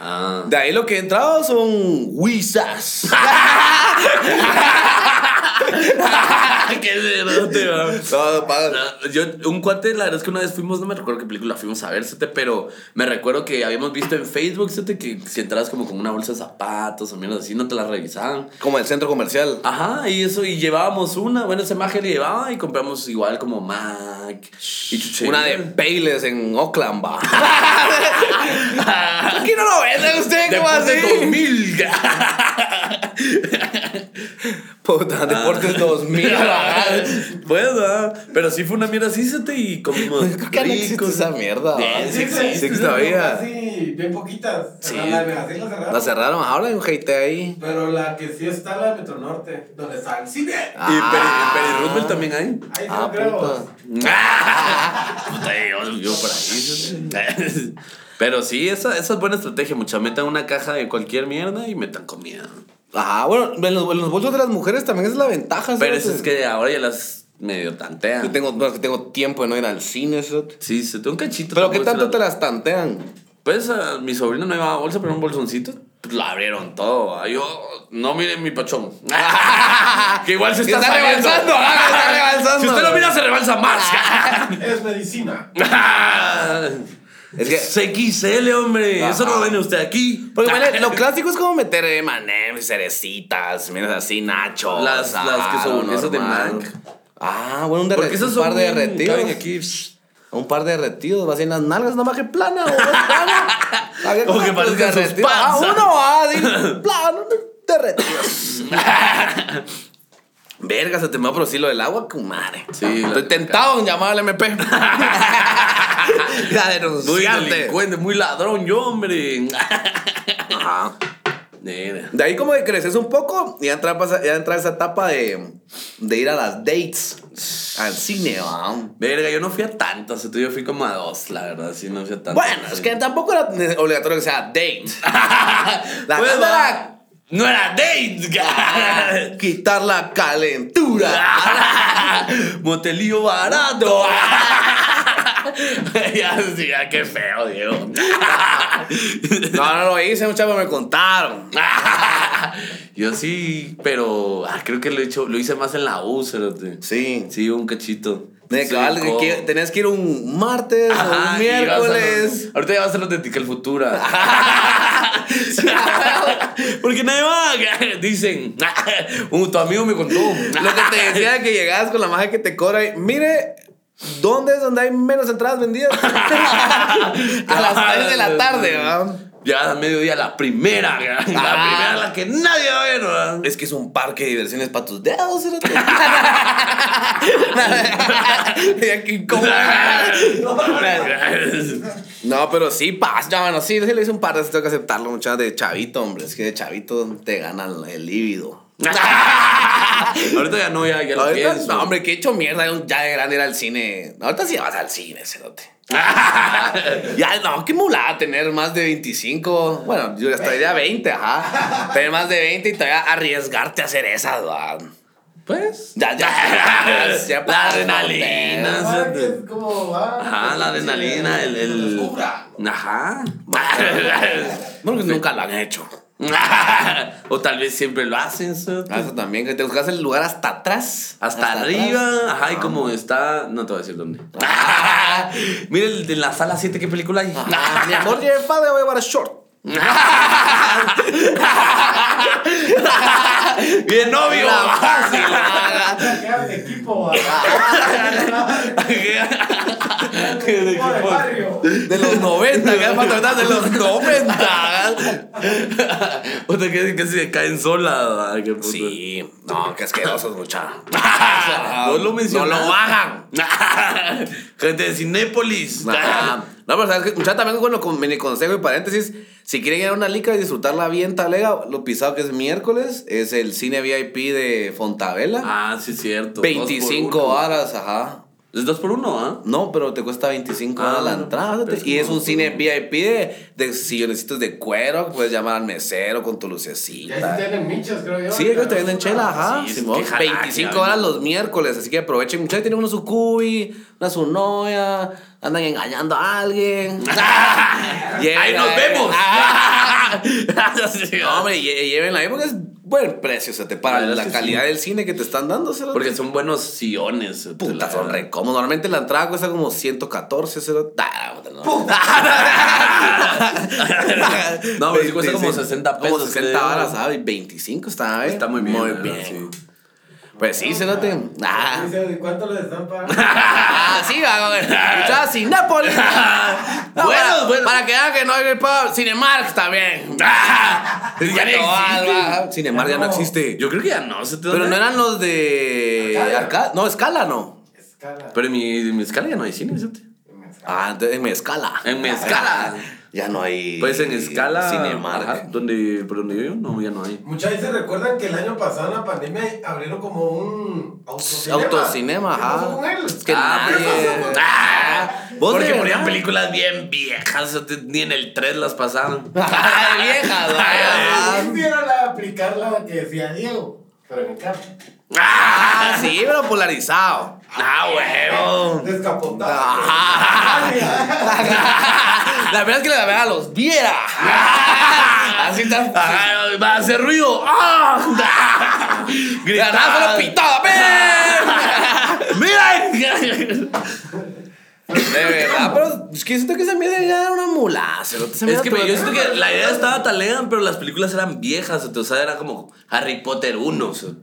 Speaker 1: Ah.
Speaker 2: De ahí lo que he entrado son Wizas.
Speaker 1: *laughs* Qué cerote, va.
Speaker 2: No, no pagas.
Speaker 1: Ah, Yo, un cuate, la verdad es que una vez fuimos, no me recuerdo qué película fuimos a ver, sete, pero me recuerdo que habíamos visto en Facebook, sete, que si entrabas como con una bolsa de zapatos o menos así, no te la revisaban.
Speaker 2: Como el centro comercial.
Speaker 1: Ajá, y eso, y llevábamos una, bueno, esa magia le llevaba y compramos igual como Mac y chuchería.
Speaker 2: Una de Payless en Oakland, va. *laughs* Aquí no lo venden usted, ¿cómo
Speaker 1: Después de
Speaker 2: así?
Speaker 1: *laughs* 2000.
Speaker 2: Puta, Deportes 2000. *laughs*
Speaker 1: *laughs* Pues, ah, pero sí fue una mierda así, sete, y comimos
Speaker 2: *laughs* Creo que no existe
Speaker 1: ricos.
Speaker 2: esa mierda.
Speaker 1: Bien, sí existe,
Speaker 2: sí todavía.
Speaker 3: Sí, bien poquitas.
Speaker 1: Sí.
Speaker 3: La de Brasil la cerraron.
Speaker 2: La cerraron ahora, hay un hate ahí.
Speaker 3: Pero la que sí está la de Metronorte, donde está el cine.
Speaker 1: Y Peri, Peri Roosevelt también
Speaker 2: *laughs*
Speaker 1: hay.
Speaker 3: Ahí sí
Speaker 2: Ah,
Speaker 3: lo creo.
Speaker 2: puta.
Speaker 1: *laughs* Puta, yo, yo por ahí. Pero sí, esa, esa es buena estrategia, mucha. Metan una caja de cualquier mierda y metan comida.
Speaker 2: Ah, bueno, en los, en los bolsos de las mujeres también es la ventaja.
Speaker 1: Pero
Speaker 2: ¿sabes?
Speaker 1: eso es que ahora ya las medio tantean.
Speaker 2: Yo tengo, no, es que tengo tiempo de no ir al cine, eso.
Speaker 1: Sí, se te un cachito.
Speaker 2: Pero ¿qué tanto
Speaker 1: tampoco
Speaker 2: te
Speaker 1: se la-
Speaker 2: las tantean?
Speaker 1: Pues a mi sobrino no llevaba bolsa, pero un bolsoncito. Pues la abrieron todo. ¿va? Yo, no miren mi pachón. *laughs* que igual se
Speaker 2: Se
Speaker 1: está,
Speaker 2: está
Speaker 1: saliendo.
Speaker 2: rebalsando, ah, se está
Speaker 1: *laughs*
Speaker 2: rebalsando.
Speaker 1: Si usted lo mira, se rebalsa más.
Speaker 3: Es medicina.
Speaker 2: *laughs* Es que-
Speaker 1: *laughs* XL, hombre. Eso no
Speaker 2: Ajá.
Speaker 1: lo ven usted aquí.
Speaker 2: Porque bueno,
Speaker 1: *laughs*
Speaker 2: lo clásico es como meter eh, manem, cerecitas, miras así, nachos.
Speaker 1: Las-
Speaker 2: ah,
Speaker 1: las que son
Speaker 2: lo
Speaker 1: esas de
Speaker 2: normal.
Speaker 1: Mac.
Speaker 2: Ah, bueno, un, derre-
Speaker 1: Porque esos
Speaker 2: un
Speaker 1: son
Speaker 2: par de
Speaker 1: bien- caben
Speaker 2: derretidos.
Speaker 1: aquí.
Speaker 2: Un par de derretidos, va así en las nalgas, no más que plana. o más plana.
Speaker 1: *laughs*
Speaker 2: Había
Speaker 1: Como
Speaker 2: como
Speaker 1: que
Speaker 2: los
Speaker 1: parezcan sus
Speaker 2: derretidos. Ah,
Speaker 1: panzas.
Speaker 2: uno
Speaker 1: *laughs*
Speaker 2: va así, plano, derretidos. Verga, se te va, pero sí lo del agua, cumare.
Speaker 1: Sí,
Speaker 2: Estoy
Speaker 1: la-
Speaker 2: tentado en llamar
Speaker 1: *laughs*
Speaker 2: al *laughs* MP. Ya
Speaker 1: Muy
Speaker 2: denunciarte.
Speaker 1: delincuente, muy ladrón, yo, hombre. *laughs*
Speaker 2: Ajá.
Speaker 1: Mira.
Speaker 2: De ahí como que creces un poco y ya entras ya entra esa etapa de, de ir a las dates, al cine. ¿va?
Speaker 1: Verga, yo no fui a tantas, entonces yo fui como a dos, la verdad, sí, no fui a tantas.
Speaker 2: Bueno, es que tampoco era ne- obligatorio que sea
Speaker 1: *laughs*
Speaker 2: date. La
Speaker 1: Pues,
Speaker 2: cosa
Speaker 1: va.
Speaker 2: era
Speaker 1: No era
Speaker 2: Ah.
Speaker 1: date.
Speaker 2: *laughs* quitar la calentura.
Speaker 1: Motelillo
Speaker 2: *laughs*
Speaker 1: barato. ya decía, qué feo, Diego.
Speaker 2: No, no lo hice, muchachos me contaron.
Speaker 1: *laughs* yo sí, pero ah, creo que lo, he hecho, lo hice más en la U, cerote.
Speaker 2: Sí.
Speaker 1: Sí, un cachito.
Speaker 2: Me
Speaker 1: Sí,
Speaker 2: cabal, que
Speaker 1: como-
Speaker 2: que tenías que ir un martes o un
Speaker 1: Ajá, y vas a los-
Speaker 2: miércoles.
Speaker 1: ahorita ya vas a los de Tical
Speaker 2: *laughs*
Speaker 1: Futura. *laughs* Porque nadie va. *laughs* Dicen, "Uh, tu amigo me contó.
Speaker 2: Lo que te decía que llegabas con la magia que te cobra y, mire, ¿dónde es donde hay menos entradas *laughs* vendidas? a
Speaker 1: *laughs*
Speaker 2: las 3 de la tarde, ¿va? Ah.
Speaker 1: Ya a mediodía, la primera. La primera, la que nadie va a ver. ¿verdad?
Speaker 2: Es que es un parque de diversiones para tus dedos, ¿no? *laughs* Ya que incómodo.
Speaker 1: *laughs*
Speaker 2: No, pero sí pasa, ya, bueno, sí, sí le hice un par de veces, tengo que aceptarlo, muchachos, de chavito, hombre, es que de chavito te ganan el líbido.
Speaker 1: *laughs* Ahorita ya no, ya, ya lo
Speaker 2: Ahorita,
Speaker 1: pienso.
Speaker 2: no, hombre, que he hecho mierda, yo ya de grande ir al cine. Ahorita sí vas al cine,
Speaker 1: *laughs*
Speaker 2: cerote. ya, no, qué mulada tener más de 25. Bueno, yo hasta diría 20, ajá. Tener más de 20 y todavía arriesgarte a hacer esas, va.
Speaker 1: Pues.
Speaker 2: Ya,
Speaker 1: *laughs*
Speaker 2: ya, ya, ya,
Speaker 1: La
Speaker 2: ya,
Speaker 1: adrenalina.
Speaker 3: Ah, que es como ah, va.
Speaker 1: Ajá, la adrenalina, el. el...
Speaker 3: Descubra.
Speaker 1: Ajá.
Speaker 2: Bueno, que nunca lo han hecho.
Speaker 1: *laughs* o tal vez siempre lo hacen. ¿cierto?
Speaker 2: Ah, Eso también, que te buscas el lugar hasta atrás. Ah.
Speaker 1: Hasta, arriba.
Speaker 2: atrás.
Speaker 1: Ajá, y como está. No te voy a decir dónde. *laughs* Mira el de la sala 7, ¿qué película hay?
Speaker 2: Ah, mi amor, lleva padre, voy a llevar short.
Speaker 1: *laughs* Bien novio. *laughs*
Speaker 2: *laughs* La fácil, la-
Speaker 3: Ya quedas de equipo, va.
Speaker 1: Qué de
Speaker 3: Equipo de
Speaker 1: equipo.
Speaker 3: barrio.
Speaker 2: De los 90, que además te de los 90.
Speaker 1: *laughs* Otra que que se caen sola. ay, qué puto.
Speaker 2: Sí, no, que asquerosos, mucha.
Speaker 1: No lo mencionas.
Speaker 2: *laughs* No lo hagan.
Speaker 1: *laughs* Gente de Cinépolis. Ah,
Speaker 2: Nah. No, pero sabes que, mucha también bueno, con mini consejo y paréntesis, si quieren ir a una lica y disfrutarla bien talega, lo pisado que es miércoles, es el cine VIP de Fontavela.
Speaker 1: Ah, sí, es cierto.
Speaker 2: 25
Speaker 1: Dos por uno.
Speaker 2: horas, ajá.
Speaker 1: Es dos por uno,
Speaker 2: *laughs*
Speaker 1: ¿ah?
Speaker 2: No, pero te cuesta 25
Speaker 1: Ah,
Speaker 2: horas la
Speaker 1: no,
Speaker 2: entrada.
Speaker 1: pero es
Speaker 2: y es
Speaker 1: como-
Speaker 2: un cine VIP de, de silloncitos de cuero, puedes llamar al mesero con tu
Speaker 3: Y ahí sí
Speaker 2: lucecita.
Speaker 3: tienen michas, creo yo.
Speaker 2: Sí, ellos te venden chela, ajá.
Speaker 1: Sí, es
Speaker 2: Simón.
Speaker 1: que jala,
Speaker 2: 25
Speaker 1: ya,
Speaker 2: horas
Speaker 1: ¿no?
Speaker 2: los miércoles, así que aprovechen. Muchachos tienen uno su cubi, una su
Speaker 1: *laughs*
Speaker 2: novia, andan engañando a alguien.
Speaker 1: Ahí nos vemos.
Speaker 2: Ah, *laughs*
Speaker 1: *laughs*
Speaker 2: No, hombre, lle- llévenla ahí porque es buen precio, o sea, te
Speaker 1: La
Speaker 2: para la,
Speaker 1: verdad es que
Speaker 2: calidad
Speaker 1: sí.
Speaker 2: del cine que te están dando. o sea,
Speaker 1: Porque son buenos sillones. te
Speaker 2: Puta,
Speaker 1: la-
Speaker 2: son re cómodos. Normalmente la entrada cuesta como 114, cero. Ah, puta, no. *laughs*
Speaker 1: No, pero sí cuesta como
Speaker 2: 25,
Speaker 1: 60
Speaker 2: Como
Speaker 1: pesos,
Speaker 2: 60
Speaker 1: creo.
Speaker 2: varas, ¿sabes? 25 está, ¿eh?
Speaker 1: Está muy bien,
Speaker 2: Muy
Speaker 1: la verdad,
Speaker 2: bien.
Speaker 1: sí.
Speaker 2: Pues sí, cérate. Ah.
Speaker 3: Dice, ¿y ¿Cuánto les están
Speaker 2: *laughs*
Speaker 3: pagando?
Speaker 2: Ah, sí, a ver. *laughs* Escuchaba Cinépolis. No,
Speaker 1: Bueno,
Speaker 2: para,
Speaker 1: bueno.
Speaker 2: Para que vean que no hay pub. Cinemark también. *laughs*
Speaker 1: Ya no existe.
Speaker 2: Cinemark ya no existe.
Speaker 1: Yo creo que ya no. ¿se te
Speaker 2: Pero
Speaker 1: da?
Speaker 2: no eran los de.
Speaker 3: Arcade.
Speaker 2: Arcade. No, Escala no.
Speaker 3: Escala.
Speaker 1: Pero en mi, en mi escala ya no hay cine, fíjate.
Speaker 2: Ah, entonces en Mezcala.
Speaker 1: En Mezcala.
Speaker 2: Ya no hay.
Speaker 1: Pues en escala.
Speaker 2: Cinemark.
Speaker 1: ajá, donde, por donde yo vivo, no, ya no hay.
Speaker 3: Muchachos, ¿se recuerdan que el año pasado en la pandemia abrieron como un autocinema?
Speaker 2: Autocinema,
Speaker 3: ¿Qué
Speaker 2: ajá.
Speaker 3: pasó con él?
Speaker 2: Es que
Speaker 1: Ah,
Speaker 2: nadie.
Speaker 1: pero eso fue-
Speaker 2: Ah, vos
Speaker 1: Porque
Speaker 2: de
Speaker 1: ponían
Speaker 2: verdad.
Speaker 1: películas bien viejas, o sea, ni en el 3 las
Speaker 2: *laughs*
Speaker 1: pasaban.
Speaker 2: Ay, viejas,
Speaker 3: Ah,
Speaker 2: vaya.
Speaker 3: Quisiera la- aplicar la que decía Diego, pero en el carro.
Speaker 2: Ah, sí, pero *laughs* polarizado.
Speaker 1: ¡Ah, huevo!
Speaker 3: Descapotado.
Speaker 2: La verdad es que la verdad los viera. *laughs* Ah, Así tan.
Speaker 1: Ajá, ¡Va a hacer ruido!
Speaker 2: *laughs*
Speaker 1: ¡Ah!
Speaker 2: La nada solo pitaba.
Speaker 1: *laughs*
Speaker 2: ¡Ven!
Speaker 1: ¡Miren!
Speaker 2: De verdad, pero es que siento que se me da una mulaza.
Speaker 1: Es que yo siento que la idea estaba talera, pero las películas eran viejas, o sea, era como Harry Potter 1. o sea.
Speaker 3: *laughs*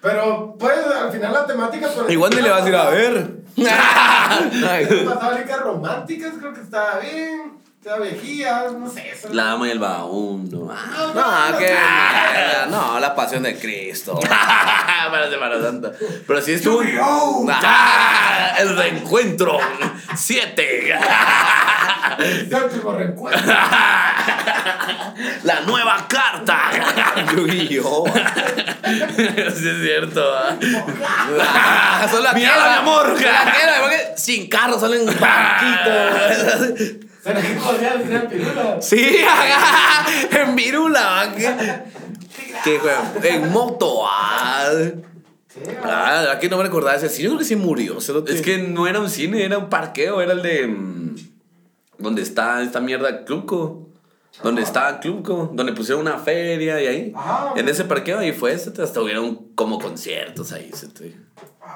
Speaker 3: Pero pues al final la temática con
Speaker 2: Igual ni le
Speaker 3: *laughs*
Speaker 2: vas a ir a *laughs* ver. *laughs*
Speaker 3: Pasaba chicas románticas, creo que estaba bien. Estaba viejía, no sé. Eso
Speaker 1: La dama y el vagabundo. ¡Ah!
Speaker 3: No, no,
Speaker 2: No,
Speaker 3: no,
Speaker 2: que.
Speaker 3: no.
Speaker 2: No, la pasión de *laughs* Cristo.
Speaker 1: Para Semana Santa. Pero sí estuvo.
Speaker 3: Yu-Gi-Oh!
Speaker 1: ¡Ah! El reencuentro. Siete.
Speaker 3: Séptimo reencuentro. *laughs*
Speaker 1: La nueva carta.
Speaker 2: *laughs* *laughs* Yu-Gi-Oh!
Speaker 1: Sí es cierto. *laughs* ¿ah?
Speaker 2: Solo
Speaker 1: Mira,
Speaker 2: aquella-
Speaker 1: mi amor.
Speaker 2: solo aquella, porque sin carro, *laughs* solo en banquito.
Speaker 3: ¿Será que podría decir el pirula?
Speaker 2: Sí, *laughs* ajá, en virula. ¿Qué, qué jue- En moto. Ah,
Speaker 3: Sí,
Speaker 2: Ah, aquí no me recordaba ese. Sí, yo creo que sí murió. cerote.
Speaker 1: Es que no era un cine, era un parqueo, era el de. mm, Donde está esta mierda Clubco. Donde estaba Clubco, donde pusieron una feria y ahí.
Speaker 3: Ah.
Speaker 1: en ese parqueo ahí fue, se te- hasta hubieron como conciertos ahí. se te-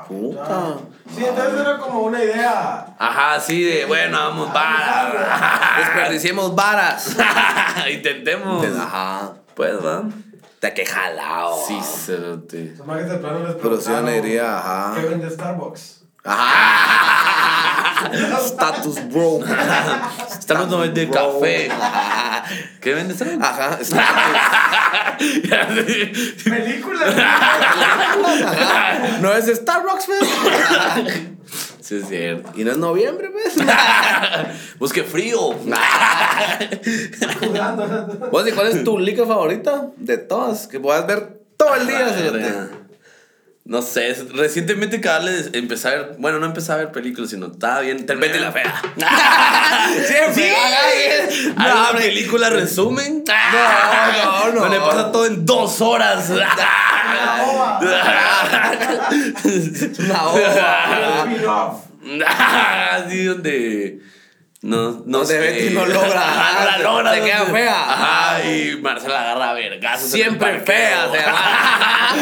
Speaker 2: Puta.
Speaker 3: Sí, entonces era como
Speaker 2: *laughs*
Speaker 3: una idea.
Speaker 1: Ajá, sí, de bueno, vamos, vara.
Speaker 2: Desperdiciemos varas.
Speaker 1: Intentemos.
Speaker 2: Ajá.
Speaker 1: Pues va.
Speaker 2: Te que jalao.
Speaker 1: Sí, cerote.
Speaker 3: Los mages de plano les
Speaker 2: Pero sí,
Speaker 3: preguntaron,
Speaker 2: alegría, ajá.
Speaker 3: ¿Qué vende Starbucks?
Speaker 2: *laughs* Ajá. Status bro.
Speaker 1: Estamos no de
Speaker 2: Bro.
Speaker 1: café.
Speaker 2: Ajá.
Speaker 1: ¿Qué *laughs* vendes? Aaron?
Speaker 2: Ajá. status.
Speaker 3: *laughs* Películas.
Speaker 2: No es Starbucks, pues.
Speaker 1: sí, es cierto.
Speaker 2: Y no es noviembre, pues.
Speaker 1: Pues qué frío.
Speaker 3: Jugando.
Speaker 2: Vos, ¿y cuál es tu liga favorita de todas? Que puedas ver todo el día,
Speaker 1: Verga.
Speaker 2: cerote.
Speaker 1: No sé, es- recientemente cabales empecé a ver, bueno, no empecé a ver películas, sino estaba bien, terminé la fea. *laughs*
Speaker 2: Siempre.
Speaker 1: Hay una película resumen.
Speaker 2: No, no, no.
Speaker 1: Donde Ah. pasa todo en dos *laughs* horas. Ah. *laughs*
Speaker 2: Una ova. Ah.
Speaker 3: Spin-off.
Speaker 1: Así donde. No, no
Speaker 2: Donde
Speaker 1: sé.
Speaker 2: Betty no logra.
Speaker 1: No *laughs* la logra.
Speaker 2: Se
Speaker 1: no
Speaker 2: queda
Speaker 1: sé.
Speaker 2: fea.
Speaker 1: Ajá, y Marcela agarra a vergazos. en el
Speaker 2: Siempre
Speaker 1: parqueo.
Speaker 2: fea, se llama.
Speaker 1: *laughs*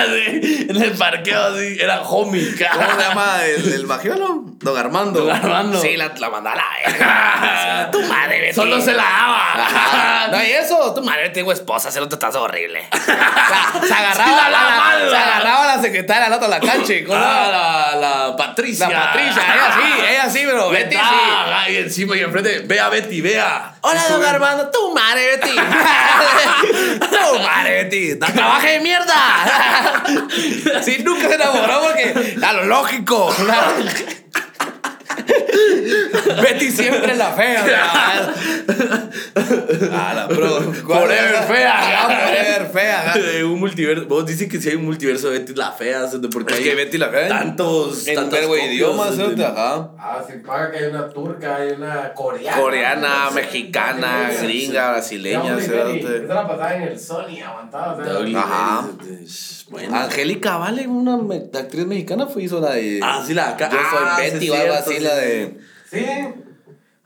Speaker 1: Sí, en el parqueo, así. Era homie.
Speaker 2: ¿Cómo se llama el, el magiolo? Don Armando.
Speaker 1: Don Armando.
Speaker 2: Sí, la, eh. la manda a la
Speaker 1: *laughs*
Speaker 2: *laughs* verga. Tu madre, Betty.
Speaker 1: Solo se la
Speaker 2: Ajá.
Speaker 1: *laughs* daba.
Speaker 2: No, y eso, tu madre, tengo esposa, se lo te estás horrible. O sea, se agarraba,
Speaker 1: Sí, la
Speaker 2: la, la-
Speaker 1: lavaba.
Speaker 2: se agarraba la secretaria, la otra, la canche. con la,
Speaker 1: *laughs* Ah, la, la Patricia.
Speaker 2: la Patricia, ella sí,
Speaker 1: *laughs*
Speaker 2: ella sí, pero Betty sí.
Speaker 1: Ahí encima y enfrente. Vea, Betty, vea.
Speaker 2: Hola, don Armando. Tu madre, *laughs* Betty. tu madre, Betty. Da trabajo de mierda. sí, nunca se enamoró porque a lo lógico. Betty siempre la fea.
Speaker 1: Ah, *laughs*
Speaker 2: A la pro.
Speaker 1: Forever fea. *laughs*
Speaker 2: Ah, Forever fea.
Speaker 1: De un multiverso. Vos dices que si hay un multiverso de Betty la fea, ¿sí? porque hay
Speaker 2: la fea.
Speaker 1: tantos,
Speaker 2: En un
Speaker 1: tantas
Speaker 2: verbo de
Speaker 1: copias,
Speaker 2: idiomas,
Speaker 1: ¿sí?
Speaker 2: ¿no? Ajá.
Speaker 3: Ah, sin paga que hay una turca, hay una coreana.
Speaker 2: Coreana,
Speaker 3: No sé,
Speaker 2: mexicana,
Speaker 3: no sé.
Speaker 2: gringa,
Speaker 3: Ya,
Speaker 2: brasileña,
Speaker 3: hombre,
Speaker 2: cerote.
Speaker 3: Esa la pasaba en el Sony, ¿eh? aguantada. o sea,
Speaker 1: Douglas
Speaker 2: Ajá.
Speaker 1: Berry, ¿sí? Bueno.
Speaker 2: Angélica Vale, una me- actriz mexicana, fue hizo la de.
Speaker 1: Ah, sí, la de acá.
Speaker 2: Yo soy
Speaker 1: Ah,
Speaker 2: Betty
Speaker 1: sí,
Speaker 2: o algo
Speaker 1: cierto,
Speaker 2: así,
Speaker 1: sí,
Speaker 2: la
Speaker 1: sí.
Speaker 2: de.
Speaker 3: Sí.